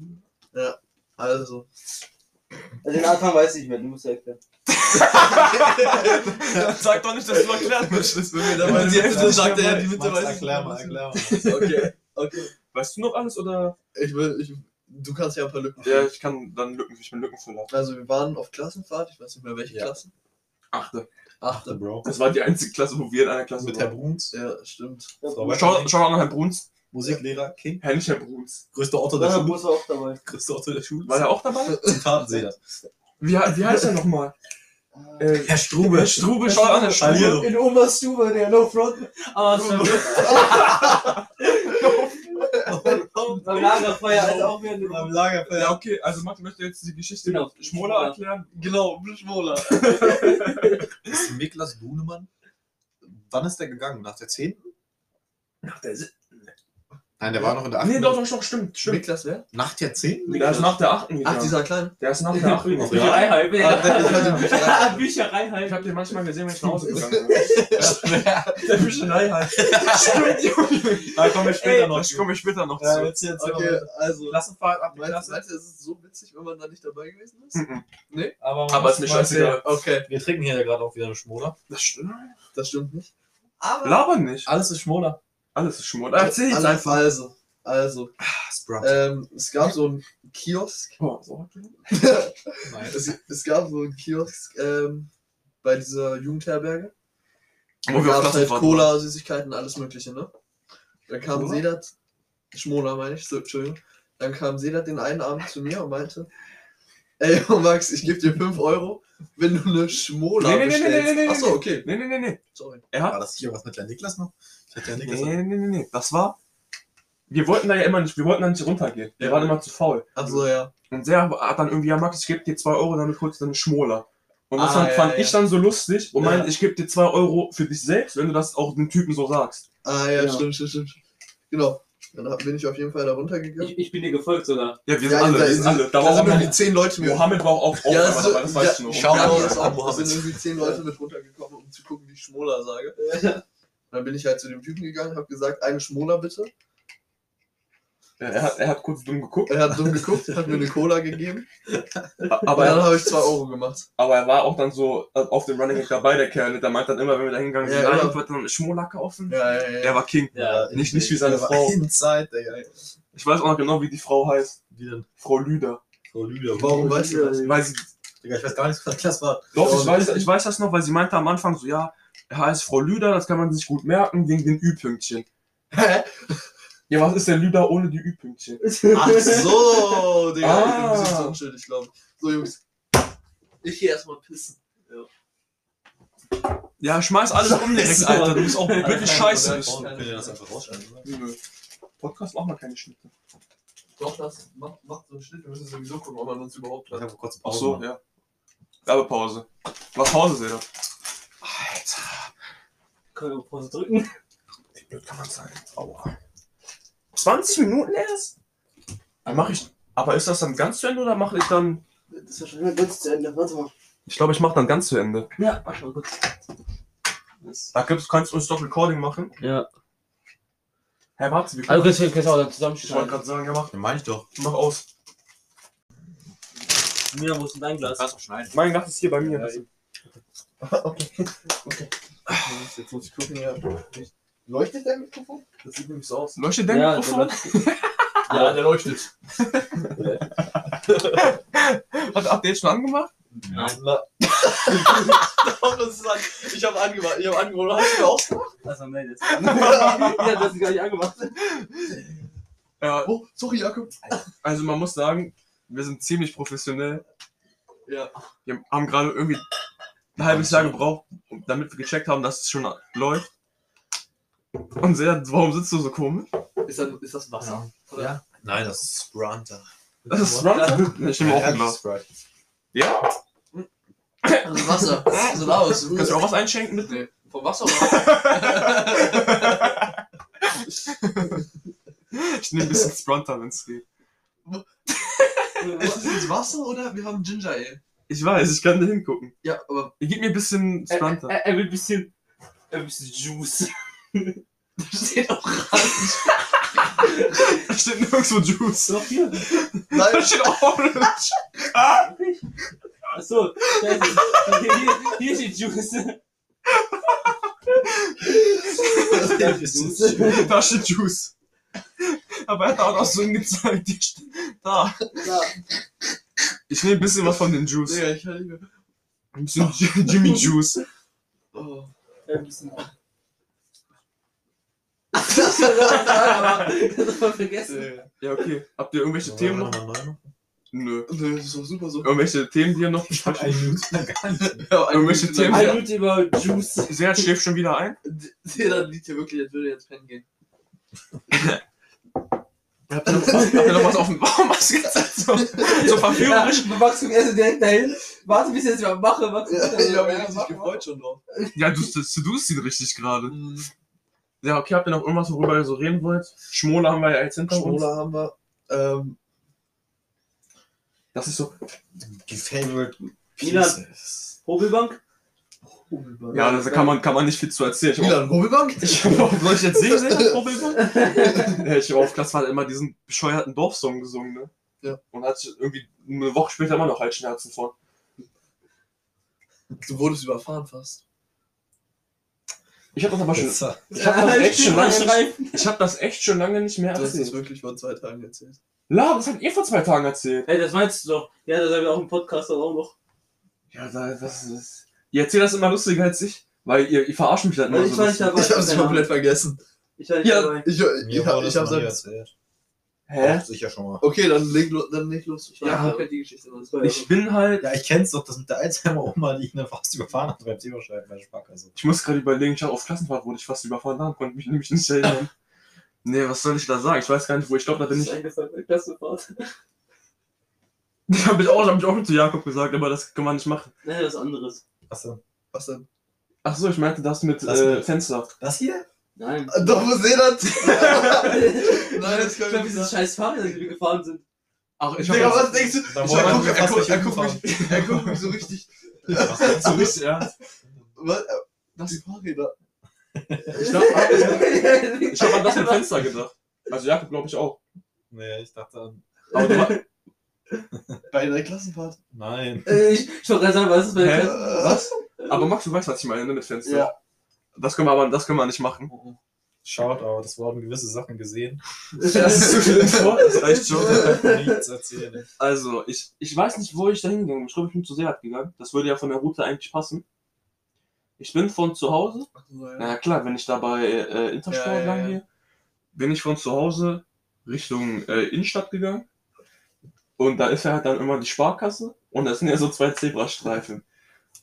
[SPEAKER 3] Also.
[SPEAKER 2] Also den Anfang weiß ich nicht mehr, du musst ja erklären.
[SPEAKER 1] Sag doch nicht, dass du erklärt möchtest.
[SPEAKER 3] Wenn wir
[SPEAKER 1] Ja,
[SPEAKER 3] dabei
[SPEAKER 1] die
[SPEAKER 3] die
[SPEAKER 1] Hälfte
[SPEAKER 3] Hälfte sagt, er ja, die
[SPEAKER 1] Max,
[SPEAKER 3] Mitte
[SPEAKER 4] Max,
[SPEAKER 3] weiß ich
[SPEAKER 4] erklär mal,
[SPEAKER 3] nicht.
[SPEAKER 4] erklär mal.
[SPEAKER 3] Okay, okay.
[SPEAKER 1] Weißt du noch alles oder?
[SPEAKER 3] Ich will, ich, du kannst ja ein paar Lücken
[SPEAKER 1] Ja,
[SPEAKER 3] füllen.
[SPEAKER 1] ich kann dann Lücken, ich bin Lückenfüller.
[SPEAKER 3] Also wir waren auf Klassenfahrt, ich weiß nicht mehr welche
[SPEAKER 4] Ja.
[SPEAKER 3] Klasse.
[SPEAKER 1] Achte.
[SPEAKER 3] Achte.
[SPEAKER 4] Bro.
[SPEAKER 1] Das war die einzige Klasse, wo wir in einer Klasse
[SPEAKER 4] Mit Herr
[SPEAKER 1] waren.
[SPEAKER 4] Bruns.
[SPEAKER 3] Ja, stimmt.
[SPEAKER 4] Frau
[SPEAKER 1] Schau,
[SPEAKER 4] Wetterling,
[SPEAKER 1] schau auch noch Herrn Bruns.
[SPEAKER 4] Musiklehrer, King.
[SPEAKER 1] Herr nicht Herr Bruns.
[SPEAKER 4] Größter Otto der
[SPEAKER 2] Dann
[SPEAKER 4] Schule.
[SPEAKER 2] muss er auch dabei.
[SPEAKER 4] Größter Otto der Schule.
[SPEAKER 1] War er auch dabei?
[SPEAKER 4] Zitat seht ihr.
[SPEAKER 1] Wie, he- wie heißt er nochmal? Äh,
[SPEAKER 4] Herr
[SPEAKER 1] Herr
[SPEAKER 4] Strube.
[SPEAKER 1] Strube, schau an, Herr Strube.
[SPEAKER 4] Hallihallo.
[SPEAKER 2] In Oberstube, der No Front. Ah, Aber schon beim Lagerfeuer als auch wieder
[SPEAKER 4] Am
[SPEAKER 2] eine
[SPEAKER 4] Lagerfeuer.
[SPEAKER 1] Ja, okay, also Max möchte jetzt die Geschichte
[SPEAKER 2] Genau.
[SPEAKER 1] mit Schmoller erklären.
[SPEAKER 3] Genau, Schmoller.
[SPEAKER 4] Ist Niklas Bunemann. Wann ist der gegangen? Nach der 10.?
[SPEAKER 2] Nach der siebten.
[SPEAKER 4] Nein, der war noch in der 8.
[SPEAKER 1] Nee, doch, doch, doch, stimmt, stimmt.
[SPEAKER 3] Niklas wer?
[SPEAKER 4] Nach der 10.?
[SPEAKER 1] Der ist nach der 8.
[SPEAKER 3] Ach,
[SPEAKER 1] gegangen.
[SPEAKER 3] dieser kleine.
[SPEAKER 1] Der ist nach der 8.
[SPEAKER 4] Ja.
[SPEAKER 1] gegangen.
[SPEAKER 2] Bücherei halb.
[SPEAKER 3] Ah, der- der- der- der-
[SPEAKER 2] Ja, Bücherei
[SPEAKER 1] Ich
[SPEAKER 2] halb.
[SPEAKER 1] hab den manchmal gesehen, wenn ich nach Hause gegangen bin. Der Bücherei halt.
[SPEAKER 4] Da kommen Ah, wir
[SPEAKER 2] später
[SPEAKER 1] Da komme ich später noch
[SPEAKER 4] Ja,
[SPEAKER 1] zu.
[SPEAKER 4] jetzt jetzt
[SPEAKER 3] Okay, also.
[SPEAKER 4] Klassenfahrt ab die
[SPEAKER 3] Meinst,
[SPEAKER 4] Klasse.
[SPEAKER 3] meinst du, es ist so witzig, wenn man da nicht dabei gewesen ist?
[SPEAKER 1] Mhm.
[SPEAKER 4] Aber, man
[SPEAKER 1] Aber ist
[SPEAKER 4] muss
[SPEAKER 1] mir
[SPEAKER 4] mal
[SPEAKER 1] scheißegal.
[SPEAKER 4] erzählen.
[SPEAKER 3] Okay,
[SPEAKER 4] Wir trinken hier ja gerade auch wieder eine Schmoller.
[SPEAKER 1] Das stimmt.
[SPEAKER 3] das stimmt nicht. Aber.
[SPEAKER 1] Labern nicht.
[SPEAKER 4] Alles ist Schmoller.
[SPEAKER 1] Alles ist Schmutz. Erzähl jetzt
[SPEAKER 3] Alle-
[SPEAKER 1] einfach.
[SPEAKER 3] Also, also
[SPEAKER 1] Ah,
[SPEAKER 4] Sprut.
[SPEAKER 3] ähm, es gab so einen Kiosk.
[SPEAKER 1] Boah, so.
[SPEAKER 4] Nein.
[SPEAKER 3] Es, es gab so einen Kiosk ähm, bei dieser Jugendherberge.
[SPEAKER 1] Wo wir auf
[SPEAKER 3] gab's halt
[SPEAKER 1] Klassenfahrt
[SPEAKER 3] Cola, Süßigkeiten, alles Mögliche, ne? Dann kam
[SPEAKER 1] Cola?
[SPEAKER 3] Sedat, Schmola meine ich, so, Entschuldigung. Dann kam Sedat den einen Abend zu mir und meinte, ey oh, Max, ich gebe dir 5 Euro, wenn du eine Schmola
[SPEAKER 1] Nee, nee, nee,
[SPEAKER 3] bestellst.
[SPEAKER 1] nee, nee, nee,
[SPEAKER 3] Achso, okay,
[SPEAKER 1] Nee, nee, nee, nee.
[SPEAKER 3] sorry.
[SPEAKER 1] Er
[SPEAKER 4] War
[SPEAKER 1] hat.
[SPEAKER 4] das hier was mit der Niklas noch? Ich hatte ja
[SPEAKER 1] Nee,
[SPEAKER 4] Niklas.
[SPEAKER 1] nee, nee, nee, nee. Das war. Wir wollten da ja immer nicht, wir wollten da nicht runtergehen. Wir waren immer zu faul.
[SPEAKER 3] Achso, ja.
[SPEAKER 1] Und der hat dann irgendwie, ja Max, ich gebe dir 2 Euro, damit holst du deine Schmola. Und das
[SPEAKER 3] Ah,
[SPEAKER 1] fand,
[SPEAKER 3] ja,
[SPEAKER 1] fand
[SPEAKER 3] ja.
[SPEAKER 1] ich dann so lustig und
[SPEAKER 3] Ja.
[SPEAKER 1] meinte, ich gebe dir 2 Euro für dich selbst, wenn du das auch dem Typen so sagst.
[SPEAKER 3] Ah ja,
[SPEAKER 1] Ja.
[SPEAKER 3] stimmt, stimmt, stimmt. Genau. Dann hab- bin ich auf jeden Fall da runtergegangen.
[SPEAKER 2] Ich, ich bin dir gefolgt sogar.
[SPEAKER 1] Ja, wir sind
[SPEAKER 3] Ja,
[SPEAKER 1] alle,
[SPEAKER 3] da-
[SPEAKER 1] wir sind alle. Da war
[SPEAKER 3] Da sind
[SPEAKER 1] auch
[SPEAKER 3] irgendwie
[SPEAKER 1] Mohammed.
[SPEAKER 3] zehn Leute mit.
[SPEAKER 1] Mohammed war auch auf,
[SPEAKER 3] Ja,
[SPEAKER 1] ja,
[SPEAKER 3] das, ist so,
[SPEAKER 1] aber das weißt du
[SPEAKER 3] ja,
[SPEAKER 1] noch.
[SPEAKER 4] Schau
[SPEAKER 3] ja,
[SPEAKER 4] mal,
[SPEAKER 3] hier ist auch,
[SPEAKER 4] Mohammed.
[SPEAKER 3] Es sind irgendwie zehn Leute mit runtergekommen, um zu gucken, wie ich Schmola sage. Und dann bin ich halt zu dem Typen gegangen, habe gesagt, eine Schmola bitte.
[SPEAKER 1] Ja, Er hat, er hat kurz dumm geguckt,
[SPEAKER 3] Er hat dumm geguckt, hat mir eine Cola gegeben.
[SPEAKER 1] aber
[SPEAKER 3] Aber
[SPEAKER 1] er
[SPEAKER 3] dann habe ich zwei Euro gemacht.
[SPEAKER 1] Aber er war auch dann so auf dem Running Gag dabei, der Kerl. Der meint dann immer, wenn wir da hingegangen sind,
[SPEAKER 3] Ja,
[SPEAKER 1] ja,
[SPEAKER 3] ja.
[SPEAKER 1] ja. wird dann Schmola kaufen.
[SPEAKER 3] Ja, ja, ja.
[SPEAKER 1] Der war King.
[SPEAKER 2] Ja.
[SPEAKER 1] Nicht- nicht wie seine
[SPEAKER 4] Der war
[SPEAKER 1] Frau.
[SPEAKER 4] Inside, Digga.
[SPEAKER 1] Ich weiß auch noch genau, wie die Frau heißt.
[SPEAKER 4] Wie denn?
[SPEAKER 1] Frau Lüder.
[SPEAKER 4] Frau Lydia.
[SPEAKER 3] Warum weißt du das?
[SPEAKER 1] Weil sie,
[SPEAKER 4] Digga, ich weiß gar nicht, was das war.
[SPEAKER 1] doch, ich weiß, ich weiß das noch, weil sie meinte am Anfang so, ja, er heißt Frau Lüder, das kann man sich gut merken, wegen den Ü-Pünktchen.
[SPEAKER 3] Hä?
[SPEAKER 1] Ja, was ist denn Lüder ohne die Ü-Pünktchen?
[SPEAKER 3] Ach so, Digga. Ich bin ein bisschen
[SPEAKER 1] Ah.
[SPEAKER 3] zu unschuldig, glaube ich. So, Jungs. Ich gehe erstmal pissen.
[SPEAKER 1] Ja, schmeiß alles um direkt,
[SPEAKER 4] Scheiße.
[SPEAKER 1] Alter. Du bist auch wirklich scheiße.
[SPEAKER 3] Ich
[SPEAKER 4] Können wir das einfach rausschneiden?
[SPEAKER 1] Nö. Podcast machen wir keine Schnitte.
[SPEAKER 3] Doch, das macht, macht so einen Schnitt. Wir müssen sowieso gucken, ob man uns überhaupt
[SPEAKER 4] Ich
[SPEAKER 3] hat.
[SPEAKER 4] habe kurz
[SPEAKER 1] Ach
[SPEAKER 4] Pause.
[SPEAKER 1] so, ja. Werbepause. Mach Pause, Seda.
[SPEAKER 2] Können wir auf Pause drücken?
[SPEAKER 1] Wie blöd kann man sein? Aua. 20 Minuten erst? Dann mache ich. Aber ist das dann ganz zu Ende oder mache ich dann.
[SPEAKER 2] Das war schon wieder ganz zu Ende. Warte mal.
[SPEAKER 1] Ich glaube, ich mache dann ganz zu Ende.
[SPEAKER 2] Ja, mach mal kurz.
[SPEAKER 1] Da gibt's, kannst du uns doch Recording machen.
[SPEAKER 2] Ja.
[SPEAKER 1] Herr warte, wir können.
[SPEAKER 2] Also, kannst du kannst du auch dann
[SPEAKER 1] ich wollte
[SPEAKER 2] zusammenschneiden.
[SPEAKER 1] gerade sagen, ja, mach,
[SPEAKER 4] Den meine ich doch.
[SPEAKER 1] mach aus.
[SPEAKER 2] Mira, wo ist denn dein
[SPEAKER 4] Das
[SPEAKER 2] Glas?
[SPEAKER 3] Also.
[SPEAKER 4] kannst du schneiden.
[SPEAKER 1] Mein Gast ist hier bei mir.
[SPEAKER 3] Jetzt muss ich gucken, ja. Leuchtet dein Mikrofon? Das sieht nämlich so aus.
[SPEAKER 1] Leuchtet dein
[SPEAKER 2] Ja,
[SPEAKER 1] Mikrofon?
[SPEAKER 3] Ja, der leuchtet.
[SPEAKER 1] Hat, habt ihr jetzt schon angemacht?
[SPEAKER 4] Ja.
[SPEAKER 3] Na, Doch, das ist an, ich habe angemacht, ich habe angemacht. Hast du auch?
[SPEAKER 2] Also meldet. ja, das ist gar nicht angemacht.
[SPEAKER 1] Ja,
[SPEAKER 3] Oh, sorry, Jakob.
[SPEAKER 1] also man muss sagen, wir sind ziemlich professionell.
[SPEAKER 3] Ja.
[SPEAKER 1] Wir haben gerade irgendwie ein halbes Jahr gebraucht, um- damit wir gecheckt haben, dass es schon läuft. Und Seat, warum sitzt du so komisch?
[SPEAKER 3] Ist das, ist das Wasser? Oder?
[SPEAKER 4] Ja. Nein, das ist Sprunter.
[SPEAKER 1] Das ist Sprite. Ich nehme auch ein Glas.
[SPEAKER 4] Sprite.
[SPEAKER 1] Ja?
[SPEAKER 3] Das ist Wasser. Das sieht aus.
[SPEAKER 1] Kannst du auch was einschenken bitte?
[SPEAKER 3] Nee. Vom Wasser oder?
[SPEAKER 1] Ich nehme ein bisschen Spronter, wenn es geht.
[SPEAKER 3] Ist das jetzt Wasser oder? Wir haben Ginger Ale.
[SPEAKER 1] Ich weiß, ich kann da hingucken.
[SPEAKER 3] Ja, aber
[SPEAKER 1] Gib mir ein bisschen Spronter.
[SPEAKER 2] Er, er will ein bisschen. Er will ein bisschen Juice.
[SPEAKER 3] da steht auch
[SPEAKER 1] Da steht nirgendwo Juice.
[SPEAKER 2] So viel.
[SPEAKER 1] Da
[SPEAKER 3] Nein,
[SPEAKER 1] steht Orange.
[SPEAKER 2] Achso, scheiße. Hier, hier, hier steht Juice.
[SPEAKER 4] Das ist Juice.
[SPEAKER 1] Da steht Juice. Aber er hat auch noch so hingezeigt. die steht Da.
[SPEAKER 3] Ja.
[SPEAKER 1] Ich nehme ein bisschen was von den Juice.
[SPEAKER 3] Digga, ich kann nicht mehr.
[SPEAKER 1] Ein bisschen Ji- Jimmy Juice.
[SPEAKER 3] Oh.
[SPEAKER 2] Ja, ein bisschen. Das
[SPEAKER 3] Das war
[SPEAKER 2] hat man vergessen.
[SPEAKER 3] Nö,
[SPEAKER 1] Ja, okay. Habt ihr irgendwelche Themen noch? Nö.
[SPEAKER 3] das ist doch super so.
[SPEAKER 1] Irgendwelche Themen, die ihr noch besprechen?
[SPEAKER 3] Ja,
[SPEAKER 1] Irgendwelche Themen?
[SPEAKER 2] Eine Minute über Juice.
[SPEAKER 1] Seat schläft schon wieder ein.
[SPEAKER 3] Dann liegt hier wirklich, als würde er jetzt pennen gehen.
[SPEAKER 1] Habt ihr noch, habt ihr noch was auf dem Baumarkt gesetzt? So, so
[SPEAKER 2] Ja,
[SPEAKER 1] verführerisch.
[SPEAKER 2] Max guckt erst direkt dahin. Warte, bis ich jetzt mal mache. Max guckt
[SPEAKER 3] Ja,
[SPEAKER 2] dann so,
[SPEAKER 3] ich habe mich
[SPEAKER 2] ja,
[SPEAKER 3] richtig
[SPEAKER 2] mach
[SPEAKER 3] gefreut schon drauf.
[SPEAKER 1] Ja, du, du, du ihn richtig gerade.
[SPEAKER 3] Mhm.
[SPEAKER 1] Ja, okay, habt ihr noch irgendwas, worüber ihr so reden wollt? Schmola haben wir ja jetzt hinter uns.
[SPEAKER 3] Schmola haben wir. Ähm,
[SPEAKER 1] Das ist so.
[SPEAKER 4] Die Favorite
[SPEAKER 2] Milan.
[SPEAKER 4] Pieces.
[SPEAKER 2] mal. Hobelbank?
[SPEAKER 1] Ja, da kann man, kann man nicht viel zu erzählen. Ich hab
[SPEAKER 3] Milan, Hobelbank?
[SPEAKER 1] auch- ich hab auch, soll ich jetzt singen, singen das Problem? ja, ich hab auf Klasse halt immer diesen bescheuerten Dorfsong gesungen, ne?
[SPEAKER 3] Ja.
[SPEAKER 1] Und hat irgendwie eine Woche später immer noch Halsschmerzen von.
[SPEAKER 3] Du wurdest überfahren fast.
[SPEAKER 1] Ich hab das aber schon.
[SPEAKER 4] Pizza.
[SPEAKER 1] Ich hab das echt schon lange nicht,
[SPEAKER 2] rein.
[SPEAKER 1] ich hab das echt schon lange nicht mehr
[SPEAKER 3] Du hast das
[SPEAKER 1] erzählt.
[SPEAKER 3] wirklich vor zwei Tagen erzählt.
[SPEAKER 1] La, das habt ihr vor zwei Tagen erzählt.
[SPEAKER 2] Hey, das meinst du doch. Ja, das haben wir auch im Podcast dann auch noch.
[SPEAKER 1] Ja, da- das ist. Ihr erzählt das immer lustiger als ich, weil ihr, ihr verarscht mich dann immer
[SPEAKER 2] Ich
[SPEAKER 1] so.
[SPEAKER 2] war
[SPEAKER 1] lustig.
[SPEAKER 2] nicht dabei.
[SPEAKER 3] Ich hab's komplett vergessen.
[SPEAKER 2] Ich war nicht
[SPEAKER 1] Ja.
[SPEAKER 2] dabei.
[SPEAKER 3] Ich, ich,
[SPEAKER 4] Mir
[SPEAKER 3] hab-
[SPEAKER 4] wurde
[SPEAKER 3] ich
[SPEAKER 4] das
[SPEAKER 3] hab's
[SPEAKER 4] noch nie
[SPEAKER 3] dann.
[SPEAKER 4] erzählt.
[SPEAKER 1] Hä?
[SPEAKER 4] Doch, Sicher schon mal.
[SPEAKER 3] Okay, dann leg, lo- dann leg los. Ich
[SPEAKER 2] Ja.
[SPEAKER 3] kenn die Geschichte noch.
[SPEAKER 1] Ich bin halt.
[SPEAKER 4] Ja, ich kenn's doch, das mit der Alzheimer-Oma, die ihn dann fast überfahren hat beim Zeberschreiben bei der Sparkasse.
[SPEAKER 1] Ich muss gerade überlegen, ich habe auf Klassenfahrt wurde ich fast überfahren haben, konnte mich nämlich nicht erinnern. nee, was soll ich da sagen? Ich weiß gar nicht, wo ich glaube, da bin
[SPEAKER 2] Das ist
[SPEAKER 1] ich.
[SPEAKER 2] eingefallen bei Klassenfahrt.
[SPEAKER 1] Da habe ich auch, hab ich auch zu Jakob gesagt, aber das kann man nicht machen.
[SPEAKER 2] Nein, was anderes.
[SPEAKER 4] Achso.
[SPEAKER 3] Was denn?
[SPEAKER 1] Ach so, ich meinte das mit
[SPEAKER 4] Das
[SPEAKER 1] äh,
[SPEAKER 4] mit-
[SPEAKER 1] Fenster.
[SPEAKER 4] Das hier?
[SPEAKER 2] Nein.
[SPEAKER 3] Doch, wo seht das? Nein, das
[SPEAKER 2] ich
[SPEAKER 3] kann
[SPEAKER 2] glaube,
[SPEAKER 3] ich
[SPEAKER 2] diese
[SPEAKER 3] nicht.
[SPEAKER 2] scheiß Fahrräder, die wir gefahren sind.
[SPEAKER 1] Ach, ich
[SPEAKER 3] Digga, was denkst du?
[SPEAKER 4] Da
[SPEAKER 3] Ich-
[SPEAKER 4] wollen
[SPEAKER 3] er,
[SPEAKER 4] wir
[SPEAKER 3] guckt, er,
[SPEAKER 4] fast
[SPEAKER 3] guckt, er,
[SPEAKER 4] nicht
[SPEAKER 3] guckt mich, er guckt mich so richtig.
[SPEAKER 4] Was denkst
[SPEAKER 1] so richtig ernst.
[SPEAKER 3] Was? ne? Das sind Fahrräder.
[SPEAKER 1] Ich, glaub, ich habe an das mit Fenster gedacht. Also Jakob glaube ich auch.
[SPEAKER 4] Nee, ich dachte an.
[SPEAKER 1] Aber du, ma-
[SPEAKER 3] Bei der Klassenfahrt.
[SPEAKER 4] Nein.
[SPEAKER 2] Äh, ich ich wollte gerade sagen, was ist bei
[SPEAKER 1] Hä?
[SPEAKER 2] der Klasse?
[SPEAKER 1] Was? aber Max, du weißt, was ich meine ne, mit Fenster.
[SPEAKER 3] Ja.
[SPEAKER 1] Das können wir aber das können wir nicht machen.
[SPEAKER 4] Shoutout, das wurden gewisse Sachen gesehen.
[SPEAKER 1] Das ist zu viel Info. Das reicht schon.
[SPEAKER 4] Nichts erzählen.
[SPEAKER 1] Also, ich, ich weiß nicht, wo ich da hingegangen bin. Ich glaube, ich bin zu Seat gegangen. Das würde ja von der Route eigentlich passen. Ich bin von zu Hause. Na ja, klar, wenn ich da bei äh, Intersport
[SPEAKER 3] Ja, ja,
[SPEAKER 1] lang
[SPEAKER 3] ja.
[SPEAKER 1] gehe, bin ich von zu Hause Richtung äh, Innenstadt gegangen. Und da ist ja halt dann immer die Sparkasse. Und da sind ja so zwei Zebrastreifen.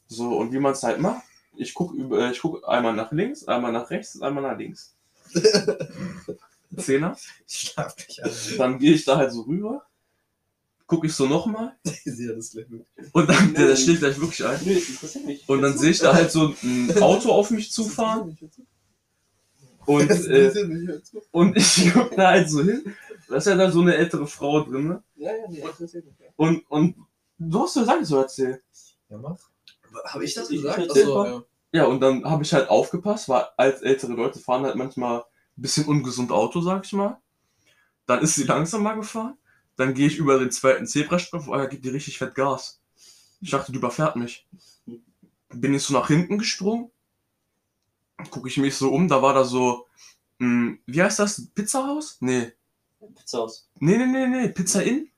[SPEAKER 1] So, und wie man es halt macht, ich gucke ich guck einmal nach links, einmal nach rechts, einmal nach links. Zehner.
[SPEAKER 4] Ich schlaf mich an.
[SPEAKER 1] Dann gehe ich da halt so rüber, gucke ich so nochmal.
[SPEAKER 4] Ich sehe das gleich mit.
[SPEAKER 1] Und dann der, der schlägt gleich wirklich ein.
[SPEAKER 2] Nö, das interessiert mich.
[SPEAKER 1] Und dann sehe ich da halt so ein Auto auf mich zufahren und,
[SPEAKER 3] Das
[SPEAKER 1] äh,
[SPEAKER 3] interessiert mich jetzt.
[SPEAKER 1] und ich guck da halt so hin. Da ist ja dann so eine ältere Frau drin. Ne?
[SPEAKER 3] Ja, ja, nee, interessiert mich.
[SPEAKER 1] Und, und du hast doch Sachen so erzählt.
[SPEAKER 4] Ja, mach.
[SPEAKER 3] Habe ich das
[SPEAKER 2] Ich
[SPEAKER 3] gesagt?
[SPEAKER 2] erzähl
[SPEAKER 3] Achso,
[SPEAKER 2] mal.
[SPEAKER 3] ja.
[SPEAKER 1] Ja, und dann habe ich halt aufgepasst, weil als ältere Leute fahren halt manchmal ein bisschen ungesund Auto, sag ich mal. Dann ist sie langsamer gefahren. Dann gehe ich über den zweiten Zebrastreifen, oh er gibt die richtig fett Gas. Ich dachte, die überfährt mich. Bin ich so nach hinten gesprungen, gucke ich mich so um, da war da so, hm, mh, wie heißt das, Pizzahaus? Nee,
[SPEAKER 2] Pizza aus.
[SPEAKER 1] nee, nee, nee, nee, Pizza Inn?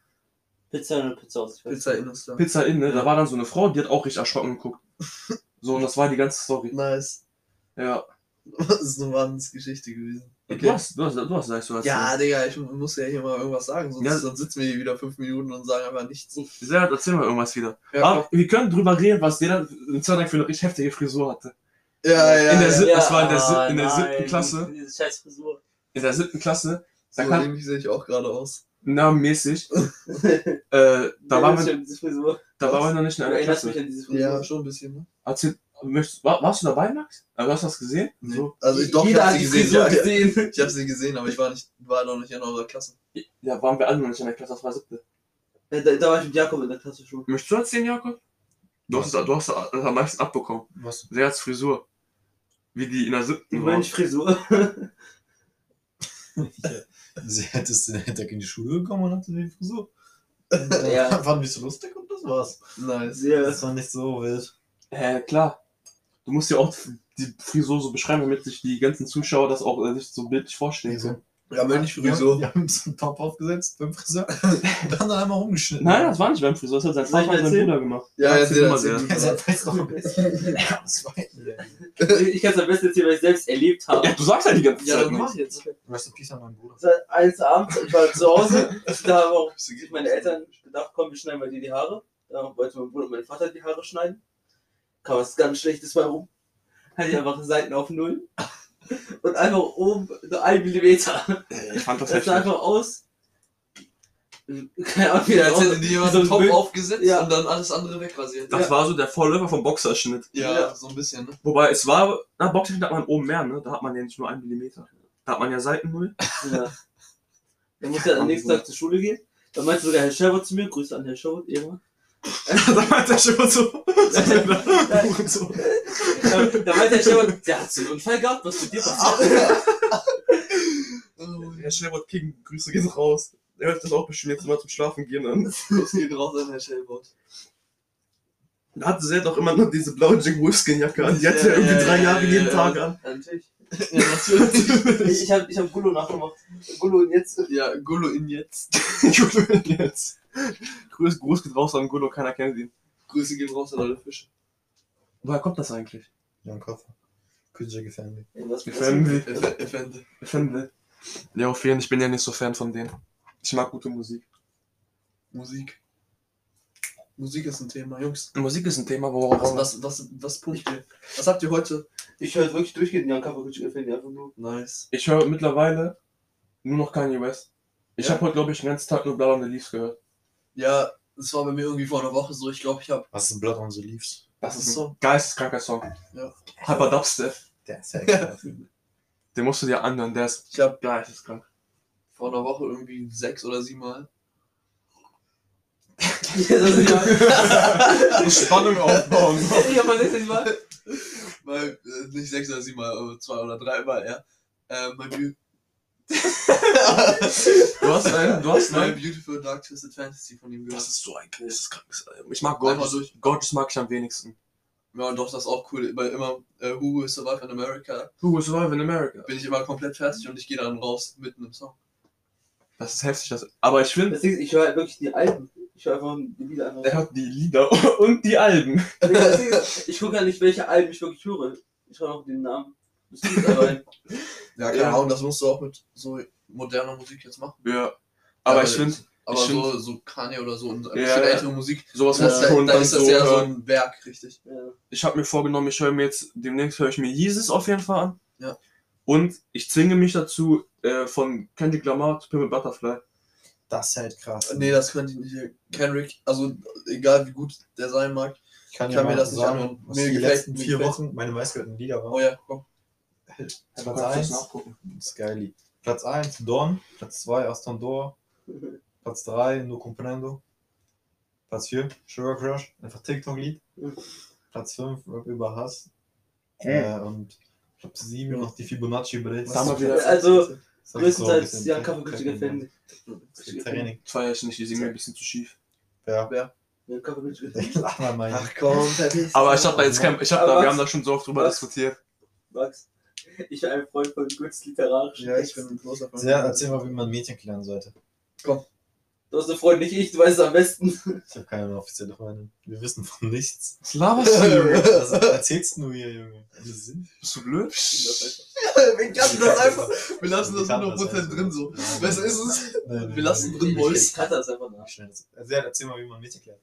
[SPEAKER 2] Pizza in der Pizza aus.
[SPEAKER 3] Pizza in ist da.
[SPEAKER 1] Pizza Inn, ne? da war dann so eine Frau, die hat auch richtig erschrocken geguckt. So, und das war die ganze Story.
[SPEAKER 3] Nice.
[SPEAKER 1] Ja.
[SPEAKER 3] Das ist eine Wahnsinnsgeschichte gewesen.
[SPEAKER 1] Du hast, du hast, du hast, sagst du hast.
[SPEAKER 3] Ja, Digga, ich mu- muss ja hier mal irgendwas sagen, sonst
[SPEAKER 1] Ja.
[SPEAKER 3] dann sitzen wir hier wieder fünf Minuten und sagen einfach nichts.
[SPEAKER 1] Sehr, erzähl mal irgendwas wieder.
[SPEAKER 3] Ja,
[SPEAKER 1] Aber wir können drüber reden, was jeder in Zeit lang für eine richtig heftige Frisur hatte.
[SPEAKER 3] ja, ja.
[SPEAKER 1] in der
[SPEAKER 3] ja.
[SPEAKER 1] siebten- das war in der
[SPEAKER 2] ah,
[SPEAKER 1] sieb- in der siebten
[SPEAKER 2] nein,
[SPEAKER 1] Klasse.
[SPEAKER 2] Diese scheiß Frisur.
[SPEAKER 1] In der siebten Klasse, da
[SPEAKER 3] so
[SPEAKER 1] kann-
[SPEAKER 3] ähnlich sehe ich auch gerade aus.
[SPEAKER 1] namenmäßig,
[SPEAKER 2] da
[SPEAKER 1] äh, da, waren wir,
[SPEAKER 2] Diese Frisur.
[SPEAKER 1] da waren wir noch nicht in
[SPEAKER 2] Du
[SPEAKER 1] einer
[SPEAKER 2] erinnerst mich
[SPEAKER 1] Klasse.
[SPEAKER 2] an diese Frisur.
[SPEAKER 3] Ja, Also schon ein bisschen. Ne?
[SPEAKER 1] Erzähl, möchtest, war, warst du dabei, Max? Also, hast du das gesehen? So.
[SPEAKER 3] Also ich doch, ich
[SPEAKER 2] Jeder
[SPEAKER 3] hab
[SPEAKER 2] hat
[SPEAKER 3] sie
[SPEAKER 2] die
[SPEAKER 3] gesehen.
[SPEAKER 2] Frisur
[SPEAKER 3] Ja,
[SPEAKER 2] gesehen.
[SPEAKER 3] ich hab sie gesehen, aber ich war nicht, war noch nicht in eurer Klasse.
[SPEAKER 1] Ja, waren wir alle noch nicht in der Klasse, das war siebte.
[SPEAKER 2] Da, da war ich mit Jakob in der Klasse schon.
[SPEAKER 1] Möchtest du erzählen, Jakob? Du hast, du hast das am meisten abbekommen.
[SPEAKER 4] Was?
[SPEAKER 1] Sehr als Frisur. Wie die in der siebten war.
[SPEAKER 2] Mensch, Frisur.
[SPEAKER 4] Sie hättest den Hinterk in die Schule gekommen und hatte die Frisur.
[SPEAKER 2] Ja.
[SPEAKER 4] Ja. Fanden wir es lustig und das war's.
[SPEAKER 3] Nice.
[SPEAKER 2] Sehr.
[SPEAKER 4] Das war nicht so wild.
[SPEAKER 1] Äh, klar. Du musst ja auch die Frisur so beschreiben, damit sich die ganzen Zuschauer das auch äh, sich so bildlich vorstellen können.
[SPEAKER 3] Ja, Mönch
[SPEAKER 4] Wir haben-
[SPEAKER 3] Frisur.
[SPEAKER 4] Wir haben so einen Top aufgesetzt beim Friseur. Dann noch einmal rumgeschnitten.
[SPEAKER 1] Nein, das war nicht beim Friseur, das hat sein
[SPEAKER 2] Soll ich
[SPEAKER 1] Vater und sein
[SPEAKER 2] erzählen?
[SPEAKER 1] Bruder gemacht.
[SPEAKER 3] Ja, ja,
[SPEAKER 1] Erzähl
[SPEAKER 3] ja,
[SPEAKER 1] mal,
[SPEAKER 3] ja,
[SPEAKER 1] Digga.
[SPEAKER 4] Er sagt, weiß noch am besten. Ja, das war ein-
[SPEAKER 2] Ich kann es am besten erzählen, weil ich es selbst erlebt habe.
[SPEAKER 1] Ja, du sagst ja die ganze
[SPEAKER 2] Ja,
[SPEAKER 1] Zeit ne?
[SPEAKER 2] dann
[SPEAKER 1] nichts.
[SPEAKER 2] mach ich jetzt.
[SPEAKER 4] Rest in Peace an meinen Bruder.
[SPEAKER 2] Seit eines Abends, ich war zu Hause, da haben auch sich meine Eltern gedacht, komm, wir schneiden mal dir die Haare. Da wollte mein Bruder und mein Vater die Haare schneiden. Kam was ganz Schlechtes bei rum. Hatte ich einfach Seiten auf Null. Und einfach oben so ein Millimeter.
[SPEAKER 1] Äh, Ich fand das
[SPEAKER 2] Das
[SPEAKER 1] heftig.
[SPEAKER 2] sah einfach aus. Keine Ahnung, wie
[SPEAKER 3] Ja,
[SPEAKER 2] das
[SPEAKER 3] als hätte
[SPEAKER 2] aussieht.
[SPEAKER 3] die
[SPEAKER 2] so
[SPEAKER 3] jemand
[SPEAKER 2] ein
[SPEAKER 3] einen Top
[SPEAKER 2] Bild-
[SPEAKER 3] aufgesetzt
[SPEAKER 2] Ja.
[SPEAKER 3] und dann alles andere wegrasiert. ne?
[SPEAKER 1] Das war so der Vorläufer vom Boxerschnitt.
[SPEAKER 3] Ja,
[SPEAKER 2] Ja.
[SPEAKER 3] so ein bisschen, ne?
[SPEAKER 1] Wobei es war, na, Boxerschnitt hat man oben mehr, ne? Da hat man ja nicht nur einen Millimeter. Da hat man ja Seiten null.
[SPEAKER 2] Ja. Dann musste er am nächsten Tag zur Schule gehen. Dann meinte sogar Herr Sherwood zu mir, Grüße an Herr Sherwood, Ehrenmann.
[SPEAKER 1] da meint er schon so.
[SPEAKER 2] Da, da meinte Herr Sherwood, der hat so einen Unfall gehabt, was mit dir passiert?
[SPEAKER 3] Oh,
[SPEAKER 1] Herr Schlerbert King, Grüße gehen raus. Er hört das auch bestimmt jetzt mal zum Schlafen gehen an.
[SPEAKER 3] Das geht raus an Herr Shellbot.
[SPEAKER 1] Da hatte sie ja doch immer nur diese blaue Jing Wolfskin-Jacke an. Die hatte
[SPEAKER 3] Ja,
[SPEAKER 1] er irgendwie
[SPEAKER 3] ja,
[SPEAKER 1] drei
[SPEAKER 3] ja,
[SPEAKER 1] Jahre
[SPEAKER 3] ja,
[SPEAKER 1] jeden
[SPEAKER 3] ja.
[SPEAKER 1] Tag an.
[SPEAKER 2] Ja, natürlich.
[SPEAKER 3] Ja, natürlich.
[SPEAKER 2] Ich, ich habe ich hab Gullo nachgemacht. Gullo und jetzt. äh,
[SPEAKER 3] ja, Gullo in jetzt.
[SPEAKER 1] Gullo jetzt. Grüß, Gruß geht raus an Gullo, keiner kennt ihn.
[SPEAKER 3] Grüße gehen raus an alle Fische.
[SPEAKER 1] Woher kommt das eigentlich?
[SPEAKER 4] Jan Koffer. Künstliche Family.
[SPEAKER 2] Was
[SPEAKER 1] Family.
[SPEAKER 3] Eff- Effende.
[SPEAKER 1] Finde. Ja, auf jeden Fall, ich bin ja nicht so Fan von denen. Ich mag gute Musik.
[SPEAKER 3] Musik. Musik ist ein Thema, Jungs.
[SPEAKER 1] Musik ist ein Thema, worauf
[SPEAKER 3] Was, was, was, was pumpt ihr? Was habt ihr heute?
[SPEAKER 2] Ich höre wirklich durchgehend Jan Kapokutschi gefällt mir äh, einfach nur.
[SPEAKER 3] Nice.
[SPEAKER 1] Ich höre mittlerweile nur noch Kanye West. Ich
[SPEAKER 3] Ja?
[SPEAKER 1] habe heute, glaube ich, den ganzen Tag nur Blood on the Leaves gehört.
[SPEAKER 3] Ja, das war bei mir irgendwie vor einer Woche so. Ich glaube, ich habe.
[SPEAKER 4] Was ist ein Blood on the Leaves?
[SPEAKER 1] Das
[SPEAKER 3] Das
[SPEAKER 1] ist
[SPEAKER 3] ist
[SPEAKER 1] so. ein Mhm. geisteskranker Song.
[SPEAKER 3] Ja.
[SPEAKER 1] Hyper Dubstep.
[SPEAKER 4] Der ist ja krass.
[SPEAKER 1] Den musst du dir anhören, der ist
[SPEAKER 3] Ich habe
[SPEAKER 1] geisteskrank.
[SPEAKER 3] vor einer Woche irgendwie sechs oder sieben Mal.
[SPEAKER 2] Ja, das ist ja.
[SPEAKER 4] Spannung aufbauen.
[SPEAKER 2] Ich hab mal gesehen, mal.
[SPEAKER 3] Mal, äh, nicht sechs oder sieben Mal, aber zwei oder drei Mal, ja. Äh, my, Beau-
[SPEAKER 1] Du hast einen, du hast
[SPEAKER 3] my
[SPEAKER 1] einen.
[SPEAKER 3] Beautiful Dark Twisted Fantasy von ihm
[SPEAKER 1] Das
[SPEAKER 3] gehört.
[SPEAKER 1] ist so ein geisteskrankes Album. Ich mag
[SPEAKER 3] Einmal
[SPEAKER 1] Gorgeous.
[SPEAKER 3] durch.
[SPEAKER 1] Gorgeous mag ich am wenigsten.
[SPEAKER 3] Ja, doch, das ist auch cool. Weil immer äh, Who Will Survive in America
[SPEAKER 1] Who is Alive in America?
[SPEAKER 3] bin ich immer komplett fertig und ich gehe dann raus mitten im Song.
[SPEAKER 1] Das ist heftig. Das, aber ich finde,
[SPEAKER 2] Das Ding ist, ich höre halt wirklich die Alben. Ich höre einfach die Lieder einfach.
[SPEAKER 1] er hat die Lieder und die Alben.
[SPEAKER 2] Nee, das Ding ist, Ich gucke ja nicht, welche Alben ich wirklich höre. Ich höre auch den Namen. Das Ding ist aber,
[SPEAKER 3] Ja,
[SPEAKER 1] keine Ahnung,
[SPEAKER 3] das musst du auch mit so moderner Musik jetzt machen.
[SPEAKER 1] Ja. Aber
[SPEAKER 3] Ja,
[SPEAKER 1] ich finde,
[SPEAKER 3] Aber
[SPEAKER 1] Ich find-
[SPEAKER 3] so, so Kanye oder so und ein
[SPEAKER 1] Ja,
[SPEAKER 3] bisschen
[SPEAKER 1] ja.
[SPEAKER 3] ältere Musik,
[SPEAKER 1] sowas
[SPEAKER 3] das,
[SPEAKER 1] muss
[SPEAKER 3] da,
[SPEAKER 1] ich schon
[SPEAKER 3] da
[SPEAKER 1] dann
[SPEAKER 3] ist das
[SPEAKER 1] so,
[SPEAKER 3] ja so
[SPEAKER 1] hören.
[SPEAKER 3] ein Werk, richtig.
[SPEAKER 2] ja.
[SPEAKER 1] Ich habe mir vorgenommen, ich höre mir jetzt, demnächst höre ich mir Jesus auf jeden Fall an.
[SPEAKER 3] Ja.
[SPEAKER 1] Und ich zwinge mich dazu, äh, von Kendrick Lamar zu Pimple Butterfly.
[SPEAKER 4] Das ist halt krass.
[SPEAKER 3] Nee, das könnte ich nicht. Kendrick, also egal wie gut der sein mag.
[SPEAKER 4] ich kann,
[SPEAKER 3] ich
[SPEAKER 4] ja
[SPEAKER 3] kann mir
[SPEAKER 4] mal
[SPEAKER 3] das nicht
[SPEAKER 4] sagen,
[SPEAKER 3] anhören.
[SPEAKER 4] was
[SPEAKER 3] Mir
[SPEAKER 4] die
[SPEAKER 3] gefällt-
[SPEAKER 4] letzten
[SPEAKER 3] mir
[SPEAKER 4] vier
[SPEAKER 3] gefällt.
[SPEAKER 4] Wochen meine meistgehörten Lieder waren.
[SPEAKER 3] Oh ja, komm.
[SPEAKER 1] Ich
[SPEAKER 4] Platz
[SPEAKER 1] kann kurz
[SPEAKER 4] 1,
[SPEAKER 1] nachgucken.
[SPEAKER 4] Skyly. Platz 1, Dawn. Platz 2, Aston Door. Platz 3, No Comprendo. Platz 4, Sugar Crush. Einfach TikTok-Lied.
[SPEAKER 2] Mhm.
[SPEAKER 4] Platz 5, Rap über Hass.
[SPEAKER 1] Mhm.
[SPEAKER 4] Äh, und Platz 7 noch die fibonacci brille
[SPEAKER 1] Da haben wir wieder-
[SPEAKER 2] Also,
[SPEAKER 4] Das ist so ein
[SPEAKER 2] größtenteils
[SPEAKER 4] bisschen ne?
[SPEAKER 2] Jan Kapokutschi gefällt mir.
[SPEAKER 4] Training.
[SPEAKER 1] Feier ich nicht, die sind mir ein bisschen zu schief.
[SPEAKER 4] Ja.
[SPEAKER 2] Jan Kapokutschi gefällt mir.
[SPEAKER 4] Ich lach mal mein.
[SPEAKER 3] komm, verpiss
[SPEAKER 1] Aber ich habe da jetzt kein, ich hab da, wir haben da schon so oft drüber
[SPEAKER 2] Was?
[SPEAKER 1] diskutiert.
[SPEAKER 2] Max, ich bin ein Freund von Guts literarischen
[SPEAKER 3] Ja, ich
[SPEAKER 2] Texten.
[SPEAKER 3] bin ein großer Fan.
[SPEAKER 4] Ja, erzähl mal, wie man Mädchen klären sollte.
[SPEAKER 2] Du hast eine Freundin, nicht ich, du weißt es am besten.
[SPEAKER 4] Ich habe keine offizielle Freundin. Wir wissen von nichts.
[SPEAKER 1] Was laberst du, Junge?
[SPEAKER 4] Was erzählst du hier, Junge?
[SPEAKER 1] Bist du blöd?
[SPEAKER 3] Wir lassen das einfach, wir lassen das 100% drin so.
[SPEAKER 4] Weißt
[SPEAKER 3] Weißt du, ist es? Wir
[SPEAKER 4] Äh, lassen.
[SPEAKER 3] lassen drin
[SPEAKER 2] Ich
[SPEAKER 3] Boys.
[SPEAKER 2] kann das einfach nach.
[SPEAKER 4] Also, ja, erzähl mal, wie man mich erklärt.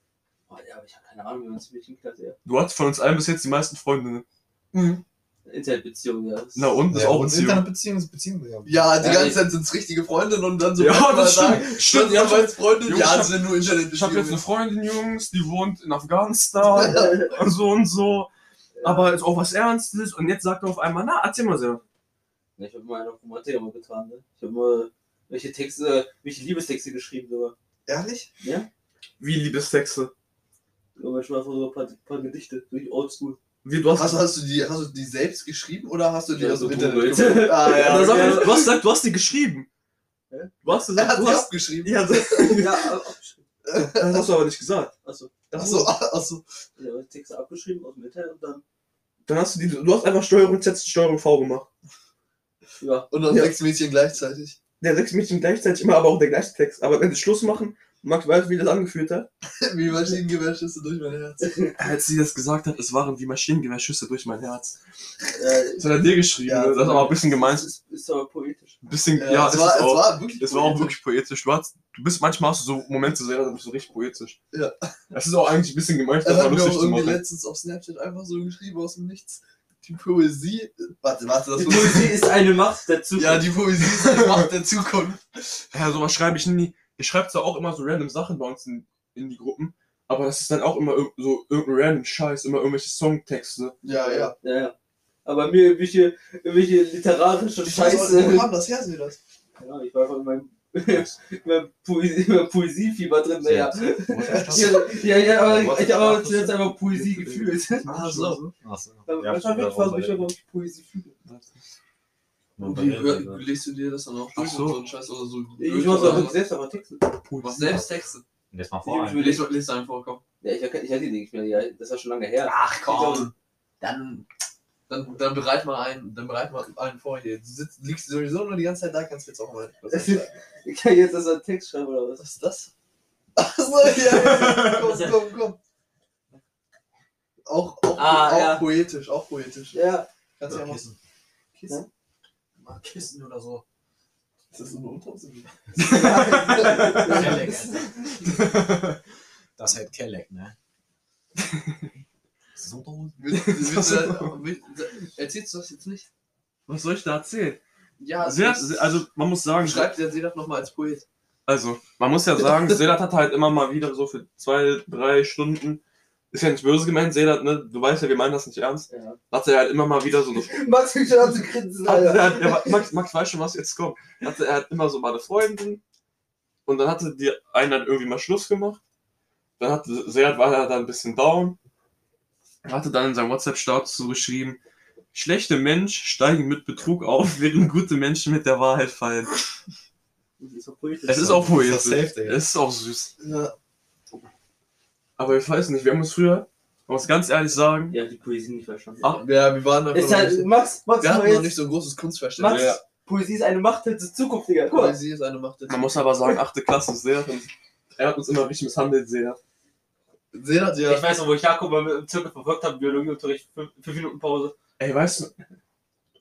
[SPEAKER 2] Boah, ja, aber ich habe keine Ahnung, wie man es Mädchen klappt, ja.
[SPEAKER 1] Du hast von uns allen bis jetzt die meisten Freundinnen. Mhm.
[SPEAKER 2] Internetbeziehung, ja.
[SPEAKER 1] Na und? Das ist auch
[SPEAKER 4] und
[SPEAKER 1] Beziehung.
[SPEAKER 4] Internetbeziehung ist Beziehung. Ja.
[SPEAKER 3] Ja, die
[SPEAKER 2] Ja,
[SPEAKER 3] ganze
[SPEAKER 2] ich-
[SPEAKER 3] Zeit sind es richtige Freundinnen und dann so.
[SPEAKER 1] Ja, das
[SPEAKER 3] manchmal
[SPEAKER 1] stimmt. Stimmt,
[SPEAKER 3] Stimmt,
[SPEAKER 1] ja,
[SPEAKER 3] ja, als Freundin,
[SPEAKER 1] Junge,
[SPEAKER 3] ja,
[SPEAKER 1] ich hab-
[SPEAKER 3] das sind nur internet
[SPEAKER 1] Ich habe jetzt eine Freundin, Jungs, die wohnt in Afghanistan und so und so. Aber ist auch was Ernstes. Und jetzt sagt er auf einmal, na, erzähl mal selber.
[SPEAKER 2] Ja, Ich habe mal auf Mathe immer getan, ne? Ich habe mal welche Texte, welche Liebestexte geschrieben sogar.
[SPEAKER 4] Ehrlich?
[SPEAKER 1] Wie Liebestexte.
[SPEAKER 2] Und manchmal einfach so ein paar, paar Gedichte durch Oldschool.
[SPEAKER 1] Wie, du hast,
[SPEAKER 3] Hast, hast, du die, hast du die selbst geschrieben oder hast du die
[SPEAKER 2] Ja,
[SPEAKER 3] aus
[SPEAKER 2] so
[SPEAKER 3] dem Internet
[SPEAKER 2] Google.
[SPEAKER 3] gefunden? Ah,
[SPEAKER 1] ja,
[SPEAKER 3] ja,
[SPEAKER 1] sag,
[SPEAKER 3] okay.
[SPEAKER 1] du hast gesagt, du hast die geschrieben.
[SPEAKER 2] Hä?
[SPEAKER 1] Du hast
[SPEAKER 3] Er
[SPEAKER 1] gesagt,
[SPEAKER 3] hat
[SPEAKER 1] du
[SPEAKER 3] sie
[SPEAKER 1] hast.
[SPEAKER 3] abgeschrieben.
[SPEAKER 1] Ja, das
[SPEAKER 2] Ja, aber abgeschrieben.
[SPEAKER 1] das hast du aber nicht gesagt.
[SPEAKER 2] Achso,
[SPEAKER 3] Achso, achso.
[SPEAKER 2] ich habe Texte abgeschrieben aus dem Internet und dann,
[SPEAKER 1] Dann hast du die, du hast einfach Steuerung Z, Steuerung V gemacht.
[SPEAKER 2] ja,
[SPEAKER 3] Und dann
[SPEAKER 1] Ja.
[SPEAKER 3] sechs Mädchen gleichzeitig.
[SPEAKER 1] Der sechs Mädchen gleichzeitig immer, aber auch der gleiche Text. Aber wenn sie Schluss machen, Max weiß, wie das angeführt hat.
[SPEAKER 3] Wie Maschinengewehrschüsse durch mein Herz.
[SPEAKER 1] Als sie das gesagt hat, es waren wie Maschinengewehrschüsse durch mein Herz.
[SPEAKER 2] äh,
[SPEAKER 1] Das hat er dir geschrieben,
[SPEAKER 3] Ja,
[SPEAKER 1] ne? das ist aber ein bisschen gemein.
[SPEAKER 2] das ist, ist aber poetisch.
[SPEAKER 1] Ein bisschen, ja,
[SPEAKER 3] Äh,
[SPEAKER 1] es, war, ist
[SPEAKER 3] es
[SPEAKER 1] auch,
[SPEAKER 3] war wirklich.
[SPEAKER 1] es war auch
[SPEAKER 3] poetisch.
[SPEAKER 1] wirklich poetisch. Du, hast, du bist manchmal hast du so Momente sehr, da bist du richtig poetisch.
[SPEAKER 3] Ja.
[SPEAKER 1] Das ist auch eigentlich ein bisschen gemein, das
[SPEAKER 3] Er
[SPEAKER 1] mal
[SPEAKER 3] hat mir
[SPEAKER 1] lustig
[SPEAKER 3] auch
[SPEAKER 1] zu
[SPEAKER 3] irgendwie
[SPEAKER 1] machen.
[SPEAKER 3] letztens auf Snapchat einfach so geschrieben aus dem Nichts. Die Poesie. Warte, warte, das
[SPEAKER 2] Die
[SPEAKER 3] muss.
[SPEAKER 2] Poesie ist eine Macht dazu.
[SPEAKER 3] Ja, die Poesie ist die Macht der Zukunft.
[SPEAKER 1] Ja, sowas schreibe ich nie. Ihr schreibt zwar auch immer so random Sachen bei uns in, in die Gruppen, aber das ist dann auch immer irg- so irgendein random Scheiß, immer irgendwelche Songtexte.
[SPEAKER 3] Ja, ja.
[SPEAKER 2] ja, ja. Aber mir irgendwelche, irgendwelche literarische
[SPEAKER 3] Ich weiß auch nicht,
[SPEAKER 2] Scheiße.
[SPEAKER 3] wo kam das her, sie das?
[SPEAKER 2] Ja, ich war einfach in meinem, in meinem Poesie, in meinem Poesiefieber drin, naja. Ja, ja, ja, aber ich habe aber zuletzt einfach Poesie gefühlt.
[SPEAKER 3] Ah, so.
[SPEAKER 4] Achso.
[SPEAKER 2] Manchmal bin ich fast sicher, warum ich Poesie fühle.
[SPEAKER 3] Und wie hör- liest du dir das dann auch durch?
[SPEAKER 1] Ach so.
[SPEAKER 3] und so ein Scheiß oder so.
[SPEAKER 2] Ich muss auch
[SPEAKER 3] auch
[SPEAKER 2] selbst aber Texte.
[SPEAKER 3] was selbst Texte.
[SPEAKER 4] Jetzt mal
[SPEAKER 2] vor
[SPEAKER 4] vor.
[SPEAKER 2] allem.
[SPEAKER 3] Lies mal, lies einfach, komm.
[SPEAKER 2] Ja, ich, erkan- ich hatte die nicht mehr, ja, das war schon lange her.
[SPEAKER 3] Ach
[SPEAKER 2] komm.
[SPEAKER 3] Dann, dann, dann bereit mal einen, dann bereit mal einen vor hier. Du sitzt, liegst sowieso nur die ganze Zeit da, kannst jetzt auch mal. Was ist
[SPEAKER 2] Ich kann jetzt also einen Text schreiben oder was?
[SPEAKER 3] das? Achso, ja, ja, komm, komm, komm. Auch, auch,
[SPEAKER 2] Ah,
[SPEAKER 3] auch
[SPEAKER 2] ja.
[SPEAKER 3] poetisch, auch poetisch.
[SPEAKER 2] Ja,
[SPEAKER 3] Kannst ja, ja machen.
[SPEAKER 4] Kissen.
[SPEAKER 2] Kissen?
[SPEAKER 4] Mal Kissen oder so.
[SPEAKER 3] Ist das so eine Unterhose?
[SPEAKER 4] Kelleck, Alter. Das heißt Kelleck, ne? Ist das Unterhose?
[SPEAKER 3] Willst- willst du- willst- Erzählst du das jetzt nicht?
[SPEAKER 1] Was soll ich da erzählen?
[SPEAKER 3] Ja,
[SPEAKER 1] Sedat, also man muss sagen,
[SPEAKER 3] schreibt der Sedat nochmal als Poet.
[SPEAKER 1] also man muss ja sagen, Sedat hat halt immer mal wieder so für zwei, drei Stunden, ist ja nicht böse gemeint, Sedat, ne? Du weißt ja, wir meinen das nicht ernst.
[SPEAKER 2] ja.
[SPEAKER 1] Hat er halt immer mal wieder so eine
[SPEAKER 2] Max fängt schon an zu grinsen,
[SPEAKER 1] Hat,
[SPEAKER 2] Alter.
[SPEAKER 1] er hat, er, Max, Max weiß schon, was jetzt kommt. Hatte, er hat immer so meine Freundin und dann hatte die eine hat irgendwie mal Schluss gemacht. Dann hatte Seat war er dann ein bisschen down. Er hatte dann in seinem WhatsApp-Status so geschrieben, schlechte Mensch steigen mit Betrug auf, während gute Menschen mit der Wahrheit fallen.
[SPEAKER 2] Das ist doch poetisch.
[SPEAKER 1] Es ist auch
[SPEAKER 4] Das
[SPEAKER 1] poetisch.
[SPEAKER 4] ist safe, Digga.
[SPEAKER 1] Es ist auch süß.
[SPEAKER 3] Ja.
[SPEAKER 1] Aber ich weiß nicht, wir haben uns früher, man muss ganz ehrlich sagen,
[SPEAKER 2] Ja, die Poesie nicht verstanden.
[SPEAKER 1] Ach,
[SPEAKER 3] Ja, wir waren einfach
[SPEAKER 2] ist
[SPEAKER 3] noch
[SPEAKER 2] halt,
[SPEAKER 3] nicht,
[SPEAKER 2] Max, Max,
[SPEAKER 3] wir
[SPEAKER 2] guck mal
[SPEAKER 3] hatten noch nicht
[SPEAKER 2] jetzt.
[SPEAKER 3] so ein großes Kunstverständnis.
[SPEAKER 2] Max,
[SPEAKER 1] Ja.
[SPEAKER 2] Poesie ist eine Macht der Zukunft, Digga. Guck mal.
[SPEAKER 3] Poesie ist eine Macht. der-
[SPEAKER 1] man muss aber sagen, achte Klasse, Seat, und- er hat uns immer richtig misshandelt, Seat.
[SPEAKER 3] Sedat, ja.
[SPEAKER 2] Ich weiß noch, wo ich Jakob mal im Zirkel verfolgt habe, Biologieunterricht, fünf, fünf Minuten Pause.
[SPEAKER 1] Ey, weißt du,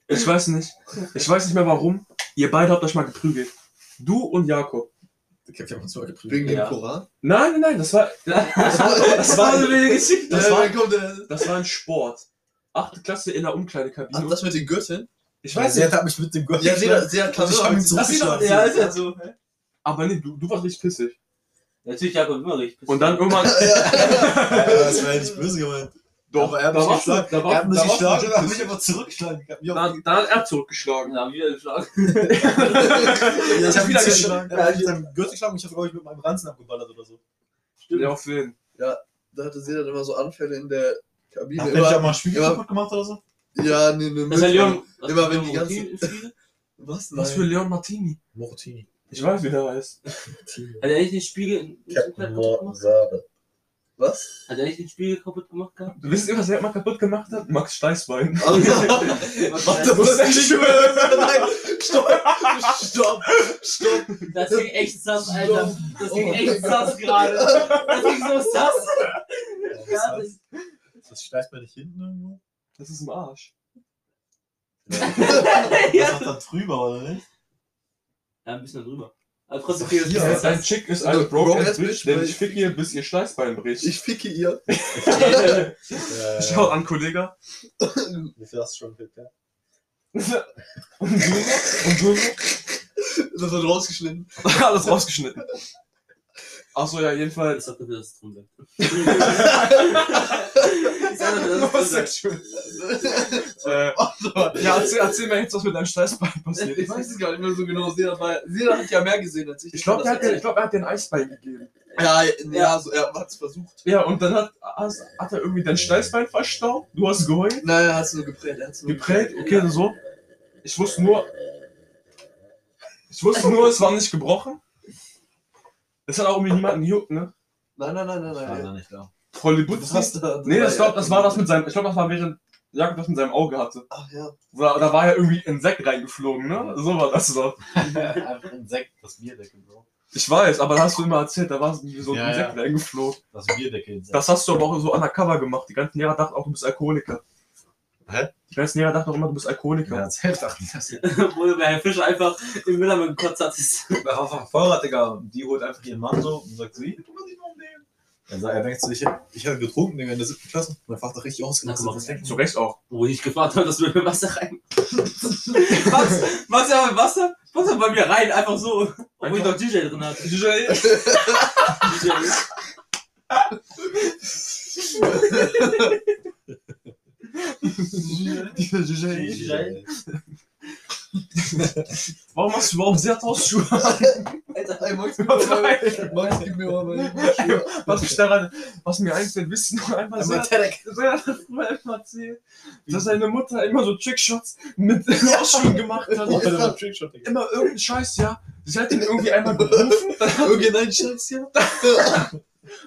[SPEAKER 1] ich weiß nicht, ich weiß nicht mehr warum, ihr beide habt euch mal geprügelt. Du und Jakob.
[SPEAKER 4] Ich hab ja uns mal geprügelt.
[SPEAKER 3] Wegen
[SPEAKER 2] Ja.
[SPEAKER 3] dem Koran.
[SPEAKER 1] Nein, nein, nein, das war, das war, das war eine wilde Geschichte. Das
[SPEAKER 3] Ja,
[SPEAKER 1] war,
[SPEAKER 3] dann kommt der-
[SPEAKER 1] das war ein Sport. Achte Klasse in der Umkleidekabine.
[SPEAKER 3] Ach, das mit den Gürteln?
[SPEAKER 1] ich
[SPEAKER 4] Ja,
[SPEAKER 1] weiß
[SPEAKER 4] sie
[SPEAKER 1] nicht,
[SPEAKER 4] hat mich mit dem Gott.
[SPEAKER 3] Ja, Sedat, Sedat kam
[SPEAKER 4] Ich
[SPEAKER 3] immer
[SPEAKER 4] hab ihn
[SPEAKER 3] mit-
[SPEAKER 4] zurück-
[SPEAKER 2] Ja, ja, ist ja so. hä?
[SPEAKER 1] aber nee, du, du warst richtig pissig.
[SPEAKER 2] Natürlich, Jakob immer richtig.
[SPEAKER 1] Und dann irgendwann,
[SPEAKER 4] Das war ja nicht böse gemeint.
[SPEAKER 1] doch,
[SPEAKER 4] Aber er hat
[SPEAKER 1] da
[SPEAKER 4] mich
[SPEAKER 1] warst du,
[SPEAKER 4] geschlagen.
[SPEAKER 1] da
[SPEAKER 4] Er hat
[SPEAKER 1] warst du,
[SPEAKER 4] mich
[SPEAKER 1] da warst
[SPEAKER 4] geschlagen,
[SPEAKER 1] du
[SPEAKER 4] er hat mich
[SPEAKER 1] pissig.
[SPEAKER 4] aber zurückgeschlagen. Ich hab mich
[SPEAKER 1] Da,
[SPEAKER 4] auch-
[SPEAKER 1] da hat er zurückgeschlagen.
[SPEAKER 2] Na, wieder geschlagen.
[SPEAKER 4] Ja, ich hab
[SPEAKER 1] wieder
[SPEAKER 4] wieder geschlagen.
[SPEAKER 1] geschlagen.
[SPEAKER 4] Er hat mich mit seinem Gürtel geschlagen und ich hab, glaube ich, mit meinem Ranzen abgeballert oder so.
[SPEAKER 1] Ja, auf jeden.
[SPEAKER 3] Da hatte Sedat immer so Anfälle in der Kabine.
[SPEAKER 4] Hat er nicht auch
[SPEAKER 3] Immer,
[SPEAKER 4] mal ein Spiel
[SPEAKER 3] immer-
[SPEAKER 4] kaputt gemacht oder so?
[SPEAKER 3] ja, nee, nee,
[SPEAKER 2] Das ist ja Leon.
[SPEAKER 3] Immer wenn die ganze-
[SPEAKER 2] ganze.
[SPEAKER 3] Was denn?
[SPEAKER 1] Was für Leon Martini.
[SPEAKER 4] Mortini.
[SPEAKER 1] Ich weiß, wie der heißt.
[SPEAKER 2] Hat er echt den Spiegel in- in so einem kleinen Kopf gemacht?
[SPEAKER 3] Was?
[SPEAKER 2] Hat er nicht den Spiegel kaputt gemacht gehabt?
[SPEAKER 1] Du wisst ihr, was er mal kaputt gemacht hat? Max Steißbein.
[SPEAKER 3] Also,
[SPEAKER 2] Das,
[SPEAKER 1] ist echt schlimm.
[SPEAKER 3] Nein, stopp, stopp, stopp.
[SPEAKER 2] ging echt sass, Alter. Das ging echt sass gerade. Das ging so sass. Ja, das-
[SPEAKER 4] Das schleicht man nicht hinten irgendwo?
[SPEAKER 1] Das ist im Arsch.
[SPEAKER 4] Das
[SPEAKER 2] ja.
[SPEAKER 4] ist doch da drüber, oder nicht?
[SPEAKER 2] ja, ein bisschen drüber. Aber trotzdem
[SPEAKER 4] Ach,
[SPEAKER 2] viel
[SPEAKER 4] hier,
[SPEAKER 1] Ja,
[SPEAKER 2] das
[SPEAKER 1] dein
[SPEAKER 2] heißt,
[SPEAKER 1] Chick ist eine
[SPEAKER 3] Broke
[SPEAKER 1] broke ass
[SPEAKER 3] ass
[SPEAKER 1] bitch,
[SPEAKER 3] bitch,
[SPEAKER 1] denn
[SPEAKER 3] weil-
[SPEAKER 1] ich fick ihr, bis ihr Steißbein bricht.
[SPEAKER 3] Ich ficke ihr.
[SPEAKER 4] Äh,
[SPEAKER 1] Schau an, Kollege.
[SPEAKER 4] Wie viel hast du schon gekriegt? ja?
[SPEAKER 1] Und du noch? Und du noch?
[SPEAKER 3] Das wird rausgeschnitten.
[SPEAKER 1] Alles rausgeschnitten. Achso, ja, jedenfalls.
[SPEAKER 2] Ich sag dafür, dass es drin bleibt. Ich sag dafür, dass es drin bleibt.
[SPEAKER 1] Äh, ja, erzähl, erzähl mir jetzt, was mit deinem Steißbein passiert
[SPEAKER 3] Ich
[SPEAKER 1] ist.
[SPEAKER 3] weiß es gar nicht mehr so genau. Sina, war- Sina hat ja mehr gesehen als ich.
[SPEAKER 1] Ich glaube,
[SPEAKER 3] Das
[SPEAKER 1] er, hat dir- ich glaub, er hat dir ein Eisbein gegeben.
[SPEAKER 3] Ja, ja, so, er hat es versucht.
[SPEAKER 1] Ja, und dann hat, hast, hat er irgendwie dein Steißbein verstaubt. Du hast geheult.
[SPEAKER 3] Nein, er hat es nur geprägt. Er hat's nur
[SPEAKER 1] Geprägt, okay, so. Ich wusste nur. Ich wusste nur, es war nicht gebrochen. Es hat auch irgendwie niemanden gejuckt, ne?
[SPEAKER 3] Nein, nein, nein, nein,
[SPEAKER 4] Ich war
[SPEAKER 3] nein.
[SPEAKER 4] da nicht da.
[SPEAKER 1] Volle Butzi.
[SPEAKER 3] da?
[SPEAKER 1] Nee, das, glaub, das war das mit seinem. Ich glaube, das war während Jakob das mit seinem Auge hatte.
[SPEAKER 3] Ach ja.
[SPEAKER 1] Da, da war ja irgendwie ein Sekt reingeflogen, ne? So war das doch.
[SPEAKER 4] Einfach ein Sekt, das Bierdeckel, Bro.
[SPEAKER 1] Ich weiß, aber da hast du immer erzählt, da war so irgendwie so ein
[SPEAKER 4] Ja,
[SPEAKER 1] Sekt reingeflogen.
[SPEAKER 4] Das Bierdeckel.
[SPEAKER 1] Das hast du aber auch so undercover gemacht. Die ganzen Lehrer dachten auch, du bist Alkoholiker.
[SPEAKER 4] Hä?
[SPEAKER 1] Die ganzen Lehrer dachten auch immer, du bist Alkoholiker.
[SPEAKER 4] Ja, selbst dachte ich, das
[SPEAKER 2] Wurde bei Herrn Fischer einfach im Müllermann gekotzt hat. ist-
[SPEAKER 4] Fahrrad, Digga. Die holt einfach ihren Mann so und sagt, sie, du musst dich noch umnehmen. Dann sagt er, denkst du, ich, ich hatte getrunken, Digga, in der siebten Klasse. Mein Vater richtig ausgelassen.
[SPEAKER 2] Das macht
[SPEAKER 4] Das
[SPEAKER 1] Zu Recht auch.
[SPEAKER 2] Wo ich gefragt habe, dass du mir Wasser rein. Max, Max, aber Wasser? Wasser bei mir rein, einfach so. Obwohl ich noch DJ drin hatte.
[SPEAKER 1] DJ.
[SPEAKER 2] DJ. E.
[SPEAKER 1] E.
[SPEAKER 2] E.
[SPEAKER 4] DJ.
[SPEAKER 1] Warum hast du überhaupt sehr Hausschuhe?
[SPEAKER 2] Alter,
[SPEAKER 3] Ey, Max, gib mir mal meine-
[SPEAKER 1] Nein.
[SPEAKER 3] Max, gib mir mal meine Schuhe.
[SPEAKER 1] was mich daran, was mir einfällt, wissen nur einfach sehr,
[SPEAKER 4] Derek.
[SPEAKER 1] sehr früher immer erzählt, dass seine Mutter immer so Trickshots mit Hausschuhen gemacht
[SPEAKER 4] Oh,
[SPEAKER 1] hat.
[SPEAKER 4] das war ein Trickshot, Digga.
[SPEAKER 1] Immer irgendeinen Scheiß, ja. Sie hat ihn irgendwie einmal gerufen, dann
[SPEAKER 3] Irgendein Scheiß hier.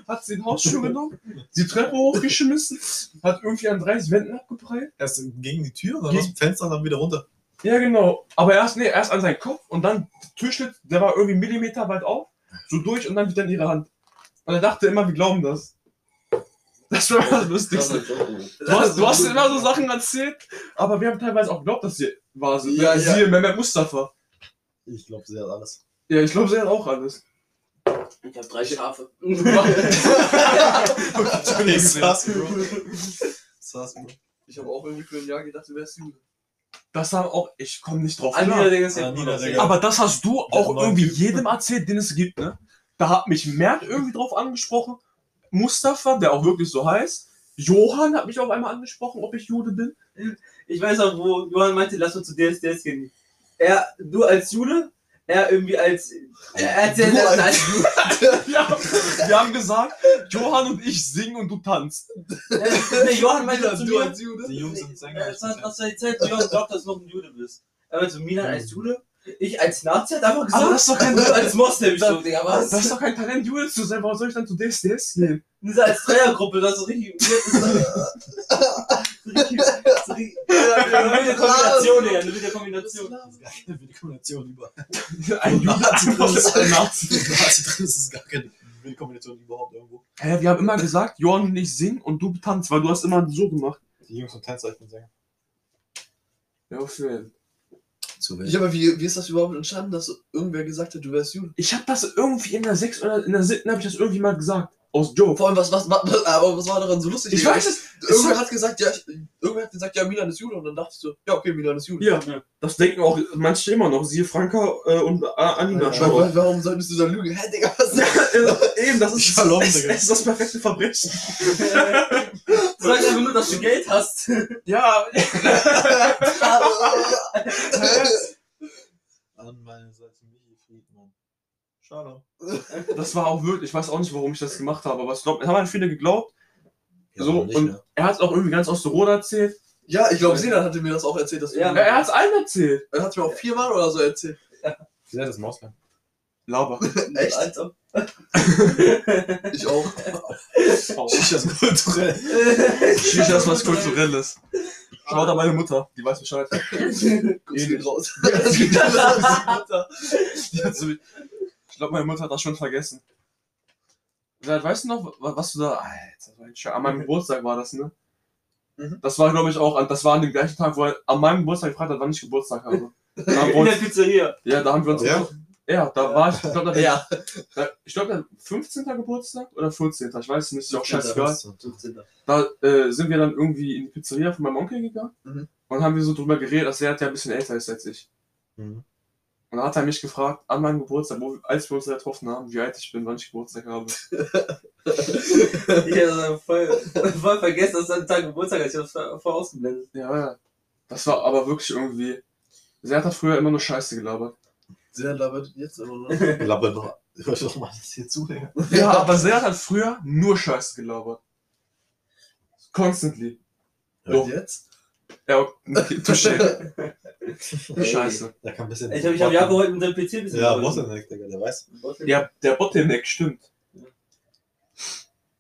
[SPEAKER 1] hat sie den Hausschuh genommen, die Treppe hochgeschmissen, hat irgendwie an 30 Wänden abgebreit.
[SPEAKER 4] Erst gegen die Tür, dann
[SPEAKER 1] Gegen-
[SPEAKER 4] aus dem Fenster, dann wieder runter.
[SPEAKER 1] Ja, genau. Aber erst, nee, erst an seinen Kopf und dann Türschnitt, der war irgendwie einen Millimeter weit auf, so durch und dann wieder in ihre Hand. Und er dachte immer, wir glauben das. Das war das Lustigste. Du hast, du hast immer so Sachen erzählt, aber wir haben teilweise auch geglaubt, dass sie wahr sind.
[SPEAKER 3] Ja, ja.
[SPEAKER 1] Siehe Mehmet Mustafa.
[SPEAKER 4] Ich glaube, sie hat alles.
[SPEAKER 1] Ja, ich glaube, sie hat auch alles.
[SPEAKER 2] Ich hab drei Schafe.
[SPEAKER 4] Entschuldigung, Sass, Bro. Sass, Bro.
[SPEAKER 3] Ich habe auch irgendwie für ein Jahr gedacht, du wärst Jude.
[SPEAKER 1] Das haben auch, ich komme nicht drauf
[SPEAKER 2] An
[SPEAKER 1] klar.
[SPEAKER 2] Niederding ist
[SPEAKER 4] Ah,
[SPEAKER 2] ja
[SPEAKER 4] Niederding.
[SPEAKER 1] Aber das hast du auch
[SPEAKER 4] Ja,
[SPEAKER 1] irgendwie jedem erzählt, den es gibt, ne? Da hat mich Mert irgendwie drauf angesprochen, Mustafa, der auch wirklich so heißt. Johann hat mich auf einmal angesprochen, ob ich Jude bin.
[SPEAKER 2] Ich weiß auch, wo Johann meinte, lass uns zu DSDS gehen. Er, du als Jude, er irgendwie als. Er, er hat sehr,
[SPEAKER 3] Du
[SPEAKER 2] sehr,
[SPEAKER 3] als
[SPEAKER 2] nein,
[SPEAKER 1] Ja, wir haben gesagt, Johann und ich singen und du tanzt.
[SPEAKER 2] äh, nee, Johann meinte zu
[SPEAKER 3] du
[SPEAKER 2] mir.
[SPEAKER 3] als Jude.
[SPEAKER 4] Die Jungs sind Sänger.
[SPEAKER 2] Das war das war die Zeit, wo Johann glaubt, dass du noch ein Jude bist. Er meinte, Milan als Jude, ich als Nazi hat einfach
[SPEAKER 1] Aber
[SPEAKER 2] gesagt.
[SPEAKER 1] das ist doch kein,
[SPEAKER 2] Und du als Moslem, ich so, Digga, was?
[SPEAKER 1] das ist doch kein Talent, Jude zu sein. Warum soll ich dann zu DSDS gehen?
[SPEAKER 2] Diese als Dreiergruppe, das ist richtig. Das ist richtig. Das ist richtig. Eine wilde Kombination, Digga, eine wilde Kombination.
[SPEAKER 4] Das ist gar keine Willkombination überhaupt.
[SPEAKER 1] Ein
[SPEAKER 4] Nazi drin ist,
[SPEAKER 1] ein Nazi.
[SPEAKER 4] Nazi drin Also, ist, ist gar keine Willkombination überhaupt irgendwo.
[SPEAKER 1] Hä, wir haben immer gesagt, Johann und ich singen und du tanzt, weil du hast immer so gemacht.
[SPEAKER 4] Die Jungs und Tänzer, ich bin Sänger.
[SPEAKER 1] Ja, schön.
[SPEAKER 4] Zu
[SPEAKER 3] Ja, aber wie, wie ist das überhaupt entstanden, dass irgendwer gesagt hat, du wärst Jude?
[SPEAKER 1] Ich habe das irgendwie in der 6 oder in der 7 habe ich das irgendwie mal gesagt. Aus Joke.
[SPEAKER 3] Vor allem, was, was, was, was, aber was war daran so lustig?
[SPEAKER 1] Ich
[SPEAKER 3] Digga?
[SPEAKER 1] weiß es.
[SPEAKER 3] Irgendwer hat gesagt, ja, ich- irgendwer hat gesagt, ja, Milan ist Jude. Und dann dachte ich so, ja, okay, Milan ist Jude.
[SPEAKER 1] Ja, das denken auch manche immer noch. Siehe Franka äh, und äh, Anina.
[SPEAKER 3] Weil-
[SPEAKER 1] Schau mal.
[SPEAKER 3] weil- warum solltest du da lügen? Hä, Digga, was
[SPEAKER 1] Eben, das ist,
[SPEAKER 4] Shalom,
[SPEAKER 1] es,
[SPEAKER 4] Digga.
[SPEAKER 1] es ist das perfekte Verbrechen.
[SPEAKER 2] Du sagst einfach nur, dass du Geld hast.
[SPEAKER 1] Ja,
[SPEAKER 4] An meiner Seite Michi Friedmann. Schade.
[SPEAKER 1] das war auch wirklich. Ich weiß auch nicht, warum ich das gemacht habe, aber es glaub, haben halt viele geglaubt. so,
[SPEAKER 4] nicht,
[SPEAKER 1] und
[SPEAKER 4] ne?
[SPEAKER 1] er hat es auch irgendwie ganz aus der Rode erzählt. Äh,
[SPEAKER 3] Ja, ich glaube, Sedan hatte mir das auch erzählt. Dass
[SPEAKER 2] Ja,
[SPEAKER 3] du,
[SPEAKER 1] Er hat es allen erzählt.
[SPEAKER 3] er hat mir auch viermal oder so erzählt.
[SPEAKER 4] Wie sagt das Mausbein?
[SPEAKER 1] Laber.
[SPEAKER 3] Echt?
[SPEAKER 2] Als ob.
[SPEAKER 3] Ich auch.
[SPEAKER 4] Shishas kulturell.
[SPEAKER 1] Shisha ist was Kulturelles. Schau da meine Mutter, die weiß Bescheid.
[SPEAKER 3] Kurz geht raus.
[SPEAKER 1] Die hat so, Also, ich glaube, meine Mutter hat das schon vergessen. Sie Sagt, weißt du noch, wa- was du da. Alter, war ein Scher- an meinem Geburtstag war das, ne?
[SPEAKER 3] Mhm.
[SPEAKER 1] Das war, glaube ich, auch, an- das war an dem gleichen Tag, wo er an meinem Geburtstag gefragt hat, wann ich Geburtstag habe. Da haben wir
[SPEAKER 2] In der
[SPEAKER 1] uns,
[SPEAKER 2] Pizzeria.
[SPEAKER 1] ja, da haben wir uns.
[SPEAKER 4] Ja?
[SPEAKER 1] Ja, da war ich, ich glaube, da,
[SPEAKER 3] ja.
[SPEAKER 1] da, ich glaub, da 15. Geburtstag oder 14. Ich weiß es nicht, ist auch
[SPEAKER 3] 15..
[SPEAKER 1] scheißegal. Da äh, sind wir dann irgendwie in die Pizzeria von meinem Onkel gegangen
[SPEAKER 3] Mhm.
[SPEAKER 1] und haben wir so drüber geredet, dass er ja ein bisschen älter ist als ich.
[SPEAKER 4] Mhm.
[SPEAKER 1] Und dann hat er mich gefragt, an meinem Geburtstag, wo, als wir uns da getroffen haben, wie alt ich bin, wann ich Geburtstag habe.
[SPEAKER 2] Ich habe voll, voll vergessen, dass es ein Tag Geburtstag ist. Ich habe es voll ausgeblendet.
[SPEAKER 1] Ja, ja. Das war aber wirklich irgendwie. Sie hat da früher immer nur Scheiße gelabert.
[SPEAKER 3] Sehr labert jetzt immer noch.
[SPEAKER 4] Labber noch. Ich wollte doch mal das hier zuhängen.
[SPEAKER 1] Ja, aber sie hat früher nur Scheiße gelabert. Constantly.
[SPEAKER 3] Und jetzt?
[SPEAKER 1] Ja, okay, touché. Nur Scheiße.
[SPEAKER 4] Da kann ein bisschen.
[SPEAKER 2] Ich habe ich hab Jago heute mit dem PC ein bisschen
[SPEAKER 4] Ja,
[SPEAKER 2] geholfen.
[SPEAKER 4] Bottleneck, Digga, der weiß.
[SPEAKER 1] Ja, der Bottleneck stimmt.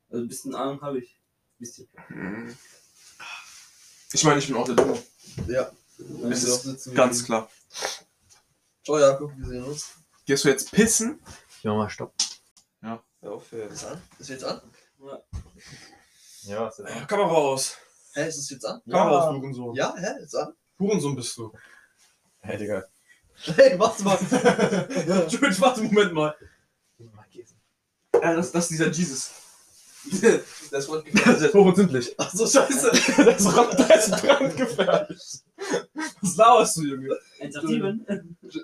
[SPEAKER 2] Also ein bisschen Ahnung habe ich. Ein bisschen.
[SPEAKER 1] Ich meine, ich bin auch der Dumme.
[SPEAKER 3] Ja.
[SPEAKER 1] Es ist
[SPEAKER 3] sitzen
[SPEAKER 1] Ganz klar.
[SPEAKER 3] Ciao, Jakob, wir sehen uns.
[SPEAKER 1] Gehst du jetzt pissen?
[SPEAKER 4] Ich mach mal Stopp.
[SPEAKER 1] Ja.
[SPEAKER 3] Ist an? Ist jetzt an?
[SPEAKER 4] Ja, ist ja.
[SPEAKER 1] Kamera aus.
[SPEAKER 3] Hä, ist es jetzt an?
[SPEAKER 1] Kamera aus, Hurensohn.
[SPEAKER 3] Ja, hä, ist an?
[SPEAKER 1] Hurensohn bist du.
[SPEAKER 4] Hey, Digga.
[SPEAKER 3] Hey, warte mal.
[SPEAKER 1] Entschuldigung, warte, Moment mal. Ja, das, das ist dieser Jesus.
[SPEAKER 3] Das Wort
[SPEAKER 1] Das ist hoch und simplich.
[SPEAKER 3] Ach so, scheiße.
[SPEAKER 1] Das Rad, da ist brandgefährlich. Was laberst du, Junge?
[SPEAKER 2] 187?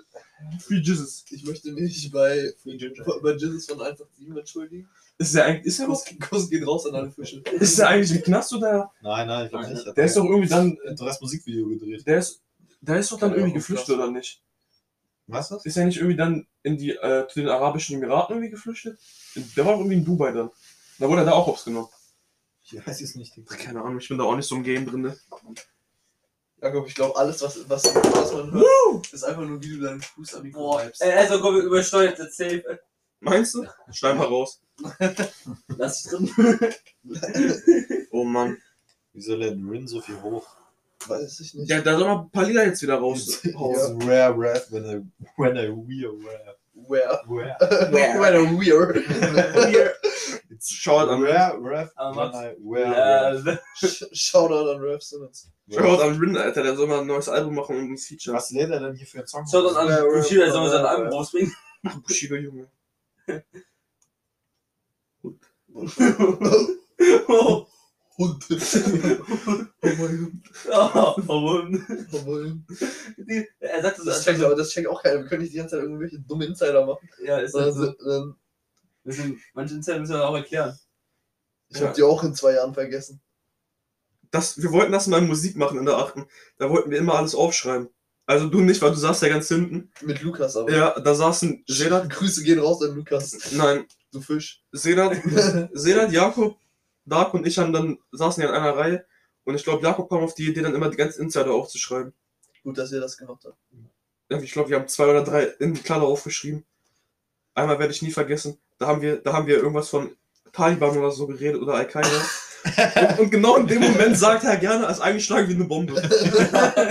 [SPEAKER 1] Free Jesus.
[SPEAKER 3] Ich möchte mich bei, bei Jesus von einfach 7 entschuldigen.
[SPEAKER 1] Ist der eigentlich, ist er
[SPEAKER 3] Kuss, Kuss geht raus an alle Fische.
[SPEAKER 1] Ist der eigentlich im Knast oder?
[SPEAKER 4] Nein, nein, ich glaube
[SPEAKER 2] ne?
[SPEAKER 4] nicht.
[SPEAKER 1] Der ist doch irgendwie dann,
[SPEAKER 4] Du hast Musikvideo gedreht.
[SPEAKER 1] der ist, der ist doch dann
[SPEAKER 3] Ja,
[SPEAKER 1] irgendwie
[SPEAKER 3] ja,
[SPEAKER 1] geflüchtet
[SPEAKER 3] krass.
[SPEAKER 1] oder nicht?
[SPEAKER 4] Weißt du das?
[SPEAKER 1] Ist er nicht irgendwie dann in die, äh, zu den Arabischen Emiraten irgendwie geflüchtet? Der war doch irgendwie in Dubai dann. Da wurde er da auch aufgenommen.
[SPEAKER 4] Ich weiß es nicht. Digga.
[SPEAKER 1] Keine Ahnung, ich bin da auch nicht so im Game drin. Ne?
[SPEAKER 3] Jakob, ich glaube, alles, was, was, was man hört, ist einfach nur, wie du deinen Fuß am Mikro
[SPEAKER 2] Boah,
[SPEAKER 3] reibst.
[SPEAKER 2] ey, also komm, übersteuert jetzt safe.
[SPEAKER 1] Meinst du? Schneid mal raus.
[SPEAKER 2] Lass ich drin.
[SPEAKER 1] Oh Mann.
[SPEAKER 4] Wieso lädt Rin so viel hoch?
[SPEAKER 3] Weiß ich nicht.
[SPEAKER 1] Ja, da soll mal ein paar Lieder jetzt wieder raus.
[SPEAKER 4] It's rare rap when I, when I wear rap.
[SPEAKER 3] Where?
[SPEAKER 4] Rare.
[SPEAKER 3] Where? Where?
[SPEAKER 4] It's
[SPEAKER 1] Schaut an-
[SPEAKER 4] rare rap
[SPEAKER 2] Aber
[SPEAKER 4] when
[SPEAKER 2] was-
[SPEAKER 4] I wear rap.
[SPEAKER 2] Äh,
[SPEAKER 3] Shoutout an Ralph Simmons.
[SPEAKER 1] Schaut an Rin, Alter, der soll mal ein neues Album machen und ein Feature.
[SPEAKER 4] Was lädt er denn hier für einen Song?
[SPEAKER 2] Schaut uns an,
[SPEAKER 3] Ja,
[SPEAKER 2] Kushida
[SPEAKER 3] ja,
[SPEAKER 2] soll seinen
[SPEAKER 3] ja,
[SPEAKER 2] Arm rausbringen.
[SPEAKER 1] Bushido, Junge.
[SPEAKER 2] Oh,
[SPEAKER 3] Hund.
[SPEAKER 2] oh, warum?
[SPEAKER 3] das
[SPEAKER 2] Er sagt es
[SPEAKER 3] checkt
[SPEAKER 2] anscheinend.
[SPEAKER 3] aber das checkt auch keiner. Wir können nicht die ganze Zeit irgendwelche dummen Insider machen.
[SPEAKER 2] Ja, ist
[SPEAKER 3] Sondern
[SPEAKER 2] das so.
[SPEAKER 3] so, ähm,
[SPEAKER 2] Das sind, manche Insider müssen wir auch erklären.
[SPEAKER 3] ich
[SPEAKER 1] Ja.
[SPEAKER 3] hab die auch in zwei Jahren vergessen.
[SPEAKER 1] Das, wir wollten das mal in Musik machen in der achten. Da wollten wir immer alles aufschreiben. Also du nicht, weil du saßt ja ganz hinten.
[SPEAKER 3] Mit Lukas aber.
[SPEAKER 1] Ja, da saßen Sedat.
[SPEAKER 3] Grüße gehen raus an Lukas.
[SPEAKER 1] Nein,
[SPEAKER 3] Du Fisch.
[SPEAKER 1] Sedat, Sedat, Jakob, Dark und ich haben dann saßen ja in einer Reihe. Und ich glaube, Jakob kam auf die Idee, dann immer die ganzen Insider aufzuschreiben.
[SPEAKER 3] Gut, dass ihr das gemacht habt.
[SPEAKER 1] Ja, Ich glaube, wir haben zwei oder drei in die Kladde aufgeschrieben. Einmal werde ich nie vergessen. Da haben wir, da haben wir irgendwas von Taliban oder so geredet oder Al-Qaida. Und, und genau in dem Moment sagt er gerne, als eingeschlagen wie eine Bombe.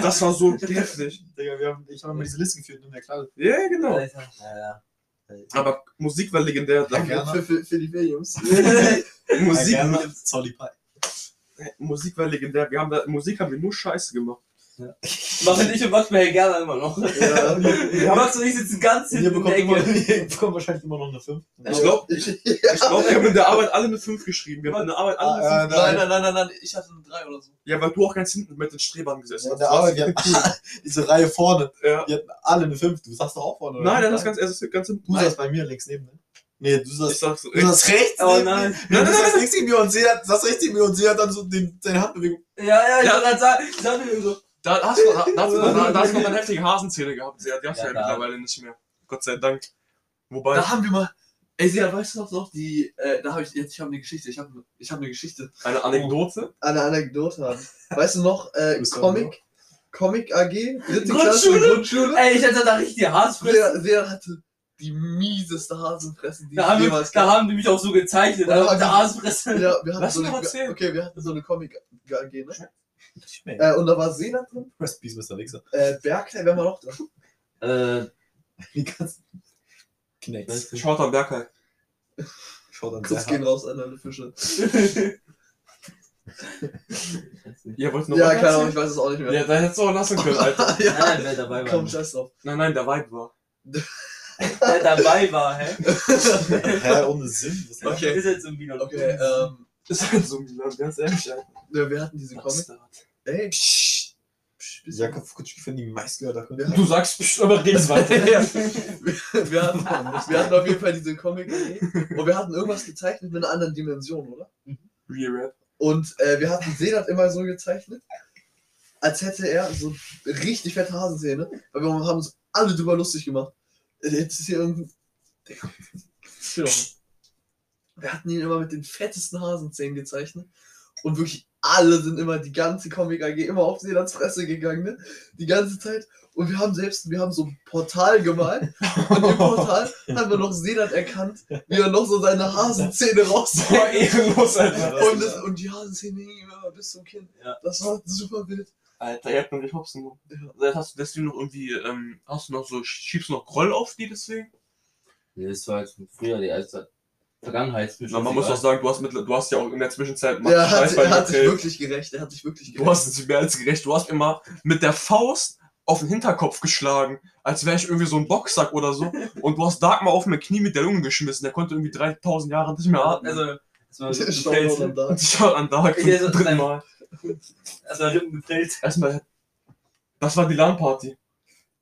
[SPEAKER 1] Das war so heftig.
[SPEAKER 4] Digga, wir haben, ich habe mal diese Liste geführt, in der Kladde.
[SPEAKER 1] Ja, genau.
[SPEAKER 2] Alter. Ja,
[SPEAKER 1] Aber Musik war legendär. Da haben wir-
[SPEAKER 4] gerne.
[SPEAKER 3] Für, für, für die Williams.
[SPEAKER 2] ja.
[SPEAKER 1] Musik,
[SPEAKER 4] Zolli Pie.
[SPEAKER 1] Musik war legendär. Wir haben da, Musik haben wir nur Scheiße gemacht.
[SPEAKER 2] Machen ich und Max mir gerne immer noch.
[SPEAKER 3] Ja.
[SPEAKER 2] Ja. Max und ich sitzen ganz
[SPEAKER 4] Ihr
[SPEAKER 2] hinten in der
[SPEAKER 4] bekommt, immer,
[SPEAKER 2] Ecke.
[SPEAKER 4] ihr bekommt wahrscheinlich immer noch eine 5.
[SPEAKER 1] Ich glaube, ich,
[SPEAKER 3] Ich,
[SPEAKER 1] ich glaub, wir haben in der Arbeit alle eine 5 geschrieben. Wir haben in der Arbeit alle eine 5.
[SPEAKER 3] nein, nein, nein, nein, nein, ich hatte eine 3 oder so.
[SPEAKER 1] Ja, weil du auch ganz hinten mit den Strebern gesessen hast.
[SPEAKER 4] wir haben diese Reihe vorne.
[SPEAKER 1] Ja.
[SPEAKER 4] Die hatten alle eine 5. Du saßt doch auch vorne,
[SPEAKER 1] Nein, nein, das ist ganz, das ist ganz hinten.
[SPEAKER 4] Du saßt bei mir links neben, ne? Nee, du
[SPEAKER 1] Ich
[SPEAKER 4] saßt,
[SPEAKER 1] sag's so.
[SPEAKER 4] du saßt rechts
[SPEAKER 2] Oh
[SPEAKER 4] neben
[SPEAKER 2] nein.
[SPEAKER 4] mir. Nein, nein, nein, links neben mir und sie hat, saß rechts neben mir und sie hat dann so den, seine Handbewegung.
[SPEAKER 2] Ja, ja, ich
[SPEAKER 1] Ja.
[SPEAKER 2] ja. gerade sagen, ich sag mir so.
[SPEAKER 1] Da hast du, da, da, hast du- da, da hast du noch eine heftige Hasenzähne gehabt. Sie hat die hast du ja,
[SPEAKER 2] Ja, da.
[SPEAKER 1] mittlerweile nicht mehr. Gott sei Dank. Wobei,
[SPEAKER 3] Da haben wir mal. Ey, Sia, weißt du noch, noch die, äh, da habe ich jetzt, ich habe eine Geschichte, ich habe ich hab eine Geschichte.
[SPEAKER 1] eine Anekdote.
[SPEAKER 3] Eine Anekdote haben. Weißt du noch, äh,
[SPEAKER 4] Bist du
[SPEAKER 3] Comic, Comic AG, dritte
[SPEAKER 2] Grundschule?
[SPEAKER 3] Klasse, Grundschule.
[SPEAKER 2] Ey, ich hätte da richtig Haarspritze.
[SPEAKER 3] Wer, wer hatte die mieseste Hasenfresse, die
[SPEAKER 2] Da haben, wir,
[SPEAKER 3] jemals
[SPEAKER 2] da haben die mich auch so gezeichnet.
[SPEAKER 3] Und dann
[SPEAKER 2] Da
[SPEAKER 3] haben
[SPEAKER 2] mit der
[SPEAKER 3] die-
[SPEAKER 2] Hasenfresse.
[SPEAKER 3] Ja, wir hatten
[SPEAKER 1] Lass
[SPEAKER 3] so
[SPEAKER 1] ihn
[SPEAKER 3] eine,
[SPEAKER 1] doch erzählen.
[SPEAKER 3] okay, wir hatten so eine Comic-AG, ne?
[SPEAKER 4] Schmeckt.
[SPEAKER 3] Äh, und da war Sena drin,
[SPEAKER 4] Rest Peace, Mr. Wichser.
[SPEAKER 3] äh, Bergner, wer war noch drin?
[SPEAKER 2] Äh,
[SPEAKER 4] Die ganzen Knecks.
[SPEAKER 1] Schaut am Berg halt.
[SPEAKER 4] Schaut an
[SPEAKER 3] Kuss gehen raus an alle Fische.
[SPEAKER 1] Ihr wollt noch
[SPEAKER 3] ja,
[SPEAKER 1] was
[SPEAKER 3] keine Ahnung, ich
[SPEAKER 1] erzählen?
[SPEAKER 3] weiß es auch nicht mehr.
[SPEAKER 1] Ja, da hättest du auch lassen können, Alter.
[SPEAKER 3] ja.
[SPEAKER 2] nein, wer dabei war.
[SPEAKER 3] Komm, scheiß drauf.
[SPEAKER 1] Nein, nein, der Vibe war.
[SPEAKER 2] Wer dabei war, hä?
[SPEAKER 4] Hä, ohne Sinn. Was
[SPEAKER 3] Okay.
[SPEAKER 2] Ist jetzt im Wiener
[SPEAKER 3] Okay, ähm,
[SPEAKER 1] Das ist halt so ein ganz ehrlich, Alter.
[SPEAKER 3] ja, wir hatten diese Comic. Ey, psch, psch, bisschen.
[SPEAKER 4] Jakob Futschki finde die meistgehörte
[SPEAKER 3] Ja.
[SPEAKER 1] Du sagst bestimmt, aber redest
[SPEAKER 3] Ja.
[SPEAKER 1] weiter.
[SPEAKER 3] wir, hatten, wir hatten auf jeden Fall diese comic und wir hatten irgendwas gezeichnet mit einer anderen Dimension, oder?
[SPEAKER 1] Re-Rap.
[SPEAKER 3] Und äh, wir hatten Senat immer so gezeichnet, als hätte er so richtig fette Hasenzähne, weil wir haben uns alle drüber lustig gemacht. Äh, Jetzt ist hier irgendein. Digga. Chill doch mal. Wir hatten ihn immer mit den fettesten Hasenzähnen gezeichnet und wirklich alle sind immer, die ganze Comic-AG, immer auf Senats Fresse gegangen, ne? Die ganze Zeit. Und wir haben selbst, wir haben so ein Portal gemalt und im Portal haben wir noch Senat erkannt, wie er noch so seine Hasenzähne raus.
[SPEAKER 1] Boah, ehrenlos, Alter.
[SPEAKER 3] Und, das, und die Hasenzähne hingen ihm immer bis zum Kinn.
[SPEAKER 2] Ja.
[SPEAKER 3] Das war super wild.
[SPEAKER 1] Alter, ihr habt mir nicht hopsen genommen.
[SPEAKER 3] Ja.
[SPEAKER 1] Also, Hast du deswegen noch irgendwie, ähm, hast du noch so, schiebst du noch Groll auf die deswegen?
[SPEAKER 2] Nee, das war halt früher die alte Vergangenheit.
[SPEAKER 1] Na, man muss auch sagen, du hast, mit, du hast ja auch in der Zwischenzeit
[SPEAKER 3] Ja, er hat,
[SPEAKER 1] Scheiß bei
[SPEAKER 3] er hat sich
[SPEAKER 1] Mattel.
[SPEAKER 3] wirklich gerecht. Er hat sich wirklich
[SPEAKER 1] Du
[SPEAKER 3] gerecht.
[SPEAKER 1] hast es mir als gerecht. Du hast mir mal mit der Faust auf den Hinterkopf geschlagen, als wäre ich irgendwie so ein Boxsack oder so. Und du hast Dark mal auf mein Knie mit der Lunge geschmissen. Der konnte irgendwie 3000 Jahre nicht mehr atmen.
[SPEAKER 2] Also, erstmal
[SPEAKER 3] Das
[SPEAKER 2] Rippen
[SPEAKER 3] ist schon
[SPEAKER 2] gefällt.
[SPEAKER 3] so da.
[SPEAKER 1] und ich war an Dark
[SPEAKER 2] Ich-
[SPEAKER 1] zum
[SPEAKER 2] also,
[SPEAKER 1] dritten
[SPEAKER 2] nein.
[SPEAKER 1] Mal.
[SPEAKER 2] Erstmal Rippen gefällt.
[SPEAKER 1] Erstmal, das war die LAN-Party.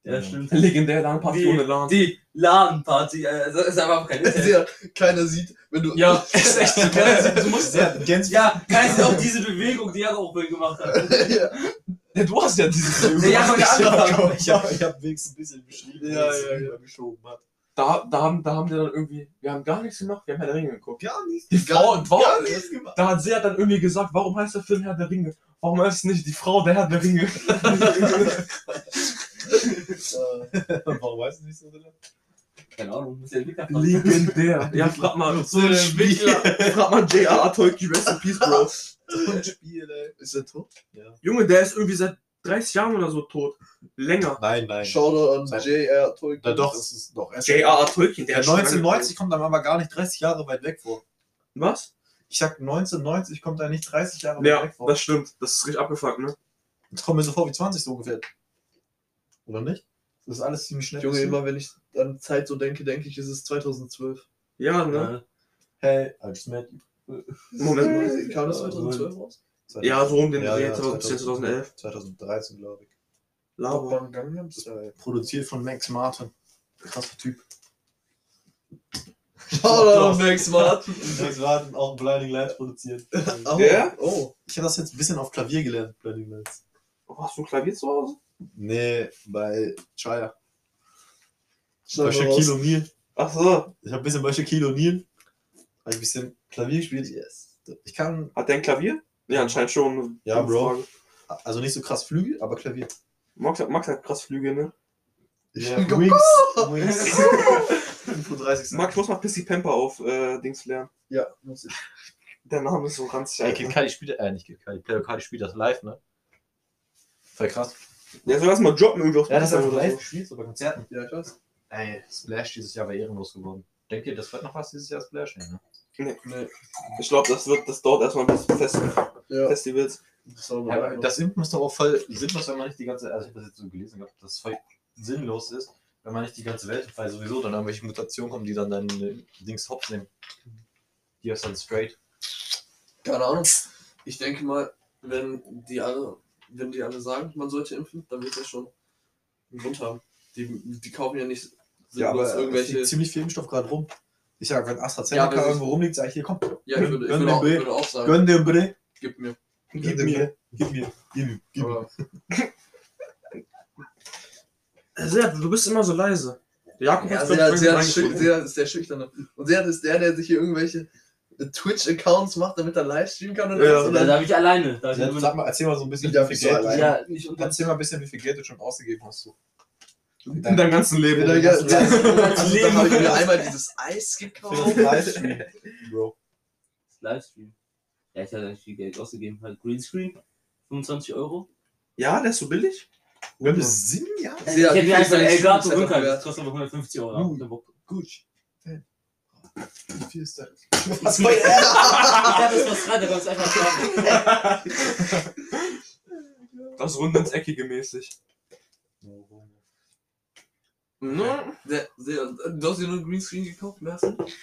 [SPEAKER 2] Ja, stimmt.
[SPEAKER 1] Legendäre LAN-Party
[SPEAKER 2] Die-
[SPEAKER 1] ohne LAN.
[SPEAKER 2] Die Ladenparty, äh, also ist einfach kein Internet.
[SPEAKER 3] Sehr, keiner sieht, wenn du.
[SPEAKER 1] Ja, ist echt so. geil. Du musst ja,
[SPEAKER 4] Ja, Gens
[SPEAKER 2] Ja, kann ich auch diese Bewegung, die Jakob vorhin gemacht hat.
[SPEAKER 3] ja,
[SPEAKER 1] du hast ja dieses.
[SPEAKER 2] Der Jakob hat angefangen.
[SPEAKER 4] Ich habe ich hab wenigstens ein bisschen beschrieben,
[SPEAKER 3] Ja,
[SPEAKER 4] was
[SPEAKER 3] ja,
[SPEAKER 4] er
[SPEAKER 3] ja.
[SPEAKER 4] geschoben hat.
[SPEAKER 1] Da, da, haben, da haben wir dann irgendwie, wir haben gar nichts gemacht, wir haben Herr der Ringe geguckt.
[SPEAKER 4] Gar nichts.
[SPEAKER 1] Die Frau, Frau
[SPEAKER 3] gar nichts gemacht.
[SPEAKER 1] da hat sie ja dann irgendwie gesagt, warum heißt der Film Herr der Ringe? Warum heißt es nicht die Frau der Herr der Ringe?
[SPEAKER 3] Äh,
[SPEAKER 4] Warum weißt du nicht so genau? drin?
[SPEAKER 2] Keine Ahnung, muss ja ne? Entwickler fragen.
[SPEAKER 1] Legendär. Ja, frag mal, so ein Entwickler. Frag mal J.R.R. Tolkien, Rest in Peace, Bro.
[SPEAKER 3] so ein Äh, Spiel, ey. Ist er tot?
[SPEAKER 1] Junge, der ist irgendwie seit 30 Jahren oder so tot. Länger.
[SPEAKER 4] Nein, nein.
[SPEAKER 3] Shoutout an
[SPEAKER 4] Nein.
[SPEAKER 3] J.R. Tolkien.
[SPEAKER 4] Na doch, es Also, ist doch. erst-
[SPEAKER 1] Tolkien,
[SPEAKER 4] Ja,
[SPEAKER 1] ist schon lange
[SPEAKER 4] 1990 kommt dann aber gar nicht 30 Jahre weit weg vor.
[SPEAKER 1] tot. Was?
[SPEAKER 4] Ich sag 1990 kommt da nicht 30 Jahre weit
[SPEAKER 1] Ja,
[SPEAKER 4] weg vor.
[SPEAKER 1] das stimmt. Das ist richtig abgefuckt, ne?
[SPEAKER 4] Das kommt mir so vor wie 20 so ungefähr. Oder nicht? Das ist alles ziemlich schnell.
[SPEAKER 3] Junge, immer wenn ich an Zeit so denke, denke ich, es ist 2012.
[SPEAKER 1] Ja, ne?
[SPEAKER 4] Hey, I just met you.
[SPEAKER 1] Moment mal.
[SPEAKER 3] Kam das 2012 raus?
[SPEAKER 1] Ja, so um den Dreh, 2010, 2011.
[SPEAKER 4] 2013, glaube ich.
[SPEAKER 1] Lava.
[SPEAKER 3] Bang Gangnam
[SPEAKER 4] Das ist,
[SPEAKER 3] Style.
[SPEAKER 4] äh, produziert von Max Martin. Krasser Typ.
[SPEAKER 3] Shoutout an Max Martin.
[SPEAKER 4] Max Martin, auch Blinding Lights produziert.
[SPEAKER 3] Oh,
[SPEAKER 1] Ja?
[SPEAKER 3] oh.
[SPEAKER 4] Ich habe das jetzt ein bisschen auf Klavier gelernt, Blinding Lights.
[SPEAKER 1] Oh, hast du ein Klavier zu Hause?
[SPEAKER 4] Nee, bei Shire.
[SPEAKER 3] Schneid mal
[SPEAKER 4] Bei
[SPEAKER 3] raus.
[SPEAKER 4] Shaquille O'Neal.
[SPEAKER 1] Ach so.
[SPEAKER 4] Ich habe ein bisschen bei Shaquille O'Neal. Habe ich ein bisschen Klavier gespielt. Yes. Ich kann,
[SPEAKER 1] Hat der ein Klavier? Ja, anscheinend schon.
[SPEAKER 4] Ja, Bro. also nicht so krass Flügel, aber Klavier.
[SPEAKER 1] Max hat, Max hat krass Flüge, ne?
[SPEAKER 4] Ja,
[SPEAKER 3] bin
[SPEAKER 4] Wings. Wings. 35
[SPEAKER 1] Max, du musst mal Pissy Pamper auf äh, Dings lernen.
[SPEAKER 3] Ja, muss ich.
[SPEAKER 1] Der Name ist so ranzig.
[SPEAKER 4] Ey,
[SPEAKER 1] Alter.
[SPEAKER 4] Kid Cudi spielt, äh, nicht Kid Cudi, Player Cudi spielt das live, ne? Voll krass.
[SPEAKER 1] Der soll erstmal droppen irgendwie auf
[SPEAKER 4] Ja, das ist
[SPEAKER 1] Spotify
[SPEAKER 4] einfach
[SPEAKER 1] oder
[SPEAKER 4] live gespielt, so bei Konzerten.
[SPEAKER 3] Ja, ich weiß.
[SPEAKER 4] Ey, Splash dieses Jahr war ehrenlos geworden. Denkt ihr, das wird noch was dieses Jahr Splash? Nee, ne?
[SPEAKER 3] Nee.
[SPEAKER 1] so. Ich glaube, das wird, das dauert erstmal bis Fest,
[SPEAKER 3] Ja.
[SPEAKER 1] Festivals.
[SPEAKER 3] Das ist auch noch
[SPEAKER 4] Oh, Ja, aber
[SPEAKER 3] einer.
[SPEAKER 4] das Impfen ist doch auch voll sinnlos, wenn man nicht die ganze, also ich habe das jetzt so gelesen gehabt, dass es voll sinnlos ist, wenn man nicht die ganze Welt, weil sowieso dann irgendwelche Mutationen kommen, die dann deine Dings hops nehmen. Die ist dann straight.
[SPEAKER 3] Keine Ahnung. Ich denke mal, wenn die alle, wenn die alle sagen, man sollte impfen, dann wird das schon einen Grund haben. Die, die kaufen ja nicht sinnlos irgendwelche.
[SPEAKER 4] ziemlich viel Impfstoff gerade rum. Ich sag, wenn
[SPEAKER 3] Ja,
[SPEAKER 4] AstraZeneca
[SPEAKER 3] aber es ist-
[SPEAKER 4] irgendwo rumliegt, sag ich dir, komm,
[SPEAKER 3] Ja, ich würde, ich
[SPEAKER 4] Gönn
[SPEAKER 3] würde,
[SPEAKER 4] den
[SPEAKER 3] auch,
[SPEAKER 4] Bill.
[SPEAKER 3] würde auch sagen,
[SPEAKER 4] gönn dir bitte.
[SPEAKER 3] gib mir.
[SPEAKER 1] Gib mir.
[SPEAKER 4] Gib mir. Gib mir. Gib mir.
[SPEAKER 3] Aber
[SPEAKER 1] Äh, Sehr, du bist immer so leise. Der Jakob
[SPEAKER 3] ja,
[SPEAKER 1] hat's,
[SPEAKER 3] Seat,
[SPEAKER 1] glaub ich,
[SPEAKER 3] Seat,
[SPEAKER 1] vorhin
[SPEAKER 3] ist schü-
[SPEAKER 1] reingeschoben.
[SPEAKER 3] Seat ist der Schüchterne. Und Seat ist der, der sich hier irgendwelche äh, Twitch-Accounts macht, damit er live streamen kann. Und
[SPEAKER 1] Ja.
[SPEAKER 3] alles. und
[SPEAKER 2] Da
[SPEAKER 3] dann,
[SPEAKER 2] darf ich alleine.
[SPEAKER 4] Also
[SPEAKER 2] Darf ich
[SPEAKER 4] Sag mal, erzähl mal so ein bisschen,
[SPEAKER 3] Ja,
[SPEAKER 4] wie viel
[SPEAKER 3] wieso
[SPEAKER 4] Geld
[SPEAKER 3] allein?
[SPEAKER 4] du
[SPEAKER 2] ja, nicht unter.
[SPEAKER 4] Erzähl mal ein bisschen, wie viel Geld du schon ausgegeben hast. So.
[SPEAKER 1] In deinem ganzen Leben.
[SPEAKER 3] In deinem ganzen
[SPEAKER 4] Leben.
[SPEAKER 3] Also, da habe ich mir einmal dieses Eis
[SPEAKER 4] Für
[SPEAKER 3] gekauft.
[SPEAKER 4] den Livestream. Bro.
[SPEAKER 2] Livestream. Ja, ich hatte eigentlich viel Geld ausgegeben. Halt Greenscreen, 25 Euro.
[SPEAKER 1] Ja, der ist so billig.
[SPEAKER 4] Wir haben sieben Jahre.
[SPEAKER 2] Ich
[SPEAKER 3] Ja,
[SPEAKER 2] hätte
[SPEAKER 3] wie
[SPEAKER 2] mir einfach
[SPEAKER 3] viel ist
[SPEAKER 2] El Gato
[SPEAKER 3] dein
[SPEAKER 2] rückhalten.
[SPEAKER 3] Wert?
[SPEAKER 2] Das kostet aber 150 Euro.
[SPEAKER 4] Nun.
[SPEAKER 2] Der Bock.
[SPEAKER 4] Gut. Wie viel ist das?
[SPEAKER 3] Was war er?
[SPEAKER 2] Ich hab jetzt was dran, da kommst du einfach dran.
[SPEAKER 1] Das rund ins Eckige mäßig.
[SPEAKER 3] Ne? Der- der- Du hast dir nur einen Greenscreen gekauft, mehr hast du nicht?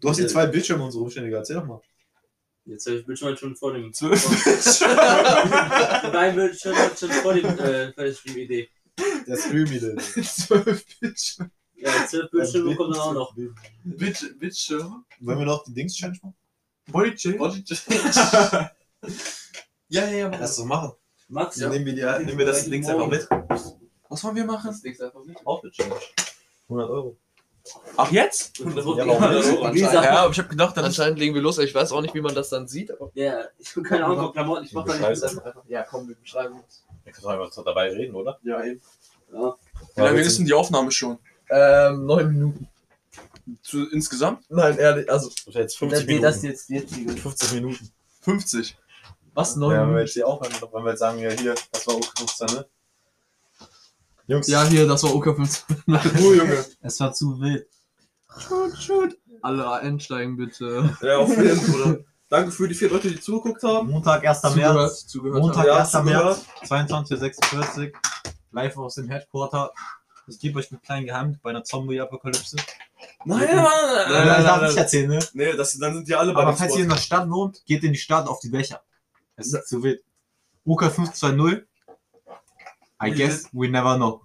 [SPEAKER 4] Du hast hier zwei Bildschirme und so rumstehen, Digga. Erzähl doch mal.
[SPEAKER 2] Jetzt habe ich Bildschirm halt schon vor dem.
[SPEAKER 1] Zwölf.
[SPEAKER 2] Mein Bildschirm hat schon vor dem äh, Livestream-Idee.
[SPEAKER 4] Der Stream-Idee.
[SPEAKER 1] Zwölf Bildschirme.
[SPEAKER 2] Ja, 12 Bildschirme kommen dann auch noch.
[SPEAKER 3] Bitch, Bildschirm.
[SPEAKER 4] Wollen wir noch die Dings-Challenge machen?
[SPEAKER 1] Bodycheck.
[SPEAKER 3] Body Ja, ja, ja, mach
[SPEAKER 4] Lass doch machen. Also
[SPEAKER 2] Max,
[SPEAKER 3] Ja.
[SPEAKER 4] Nehmen wir, die, äh, nehmen wir das Dings einfach mit.
[SPEAKER 1] Was wollen wir machen?
[SPEAKER 3] das Ding einfach mit.
[SPEAKER 4] Outfit-Challenge. 100 Euro.
[SPEAKER 1] Ach, jetzt?
[SPEAKER 2] Und
[SPEAKER 4] Ja, warum
[SPEAKER 3] nicht?
[SPEAKER 2] Wie gesagt,
[SPEAKER 1] Ja, aber ich habe gedacht, dann.
[SPEAKER 3] Anscheinend legen wir los, ich weiß auch nicht, wie man das dann sieht, aber.
[SPEAKER 2] Ja, ich bin keine Ahnung von Klamotten, ich mach da nicht mit.
[SPEAKER 4] einfach.
[SPEAKER 3] Ja, komm, wir beschreiben uns.
[SPEAKER 4] Wir können doch einfach dabei reden, oder?
[SPEAKER 3] Ja, eben.
[SPEAKER 2] Ja.
[SPEAKER 1] Wie lange ist denn die Aufnahme schon?
[SPEAKER 3] Ähm, neun Minuten.
[SPEAKER 1] Zu, insgesamt?
[SPEAKER 3] Nein, ehrlich, also.
[SPEAKER 4] Das ist jetzt 50
[SPEAKER 2] Das, nee,
[SPEAKER 4] Minuten.
[SPEAKER 2] das ist jetzt die jetzige.
[SPEAKER 4] 50 Minuten.
[SPEAKER 1] 50.
[SPEAKER 3] Was?
[SPEAKER 4] Ja,
[SPEAKER 3] Neun
[SPEAKER 4] wenn wir
[SPEAKER 3] Minuten?
[SPEAKER 4] jetzt hier aufhören, dann wollen wir jetzt sagen, ja, hier, das war auch 15, ne? Jungs,
[SPEAKER 3] Ja, hier, das war OK15.
[SPEAKER 1] Ruhe, Junge.
[SPEAKER 2] Es war zu wild.
[SPEAKER 1] Shoot, shoot.
[SPEAKER 3] Alle einsteigen bitte.
[SPEAKER 1] Ja, auf jeden Fall, Bruder. Danke für die vier Leute, die zugeguckt haben.
[SPEAKER 4] Montag, 1.
[SPEAKER 3] Zugehört,
[SPEAKER 4] März.
[SPEAKER 3] zugehört.
[SPEAKER 4] Montag,
[SPEAKER 3] haben.
[SPEAKER 1] Ja,
[SPEAKER 4] 1.
[SPEAKER 1] zugehört.
[SPEAKER 4] März, 22.46 Uhr. Live aus dem Headquarter. Ich gebe euch einen kleinen Geheimtipp bei einer Zombie-Apokalypse.
[SPEAKER 1] Nein, nein, nein,
[SPEAKER 3] nein,
[SPEAKER 4] Das darf
[SPEAKER 3] nein,
[SPEAKER 4] ich nicht
[SPEAKER 3] nein.
[SPEAKER 4] erzählen, ne?
[SPEAKER 1] Nee, das, dann sind die alle bei
[SPEAKER 4] Aber
[SPEAKER 1] dem
[SPEAKER 4] falls
[SPEAKER 1] Spot.
[SPEAKER 4] ihr in der Stadt wohnt, geht in die Stadt auf die Dächer. Es ist zu wild. UK 520. I guess we never know.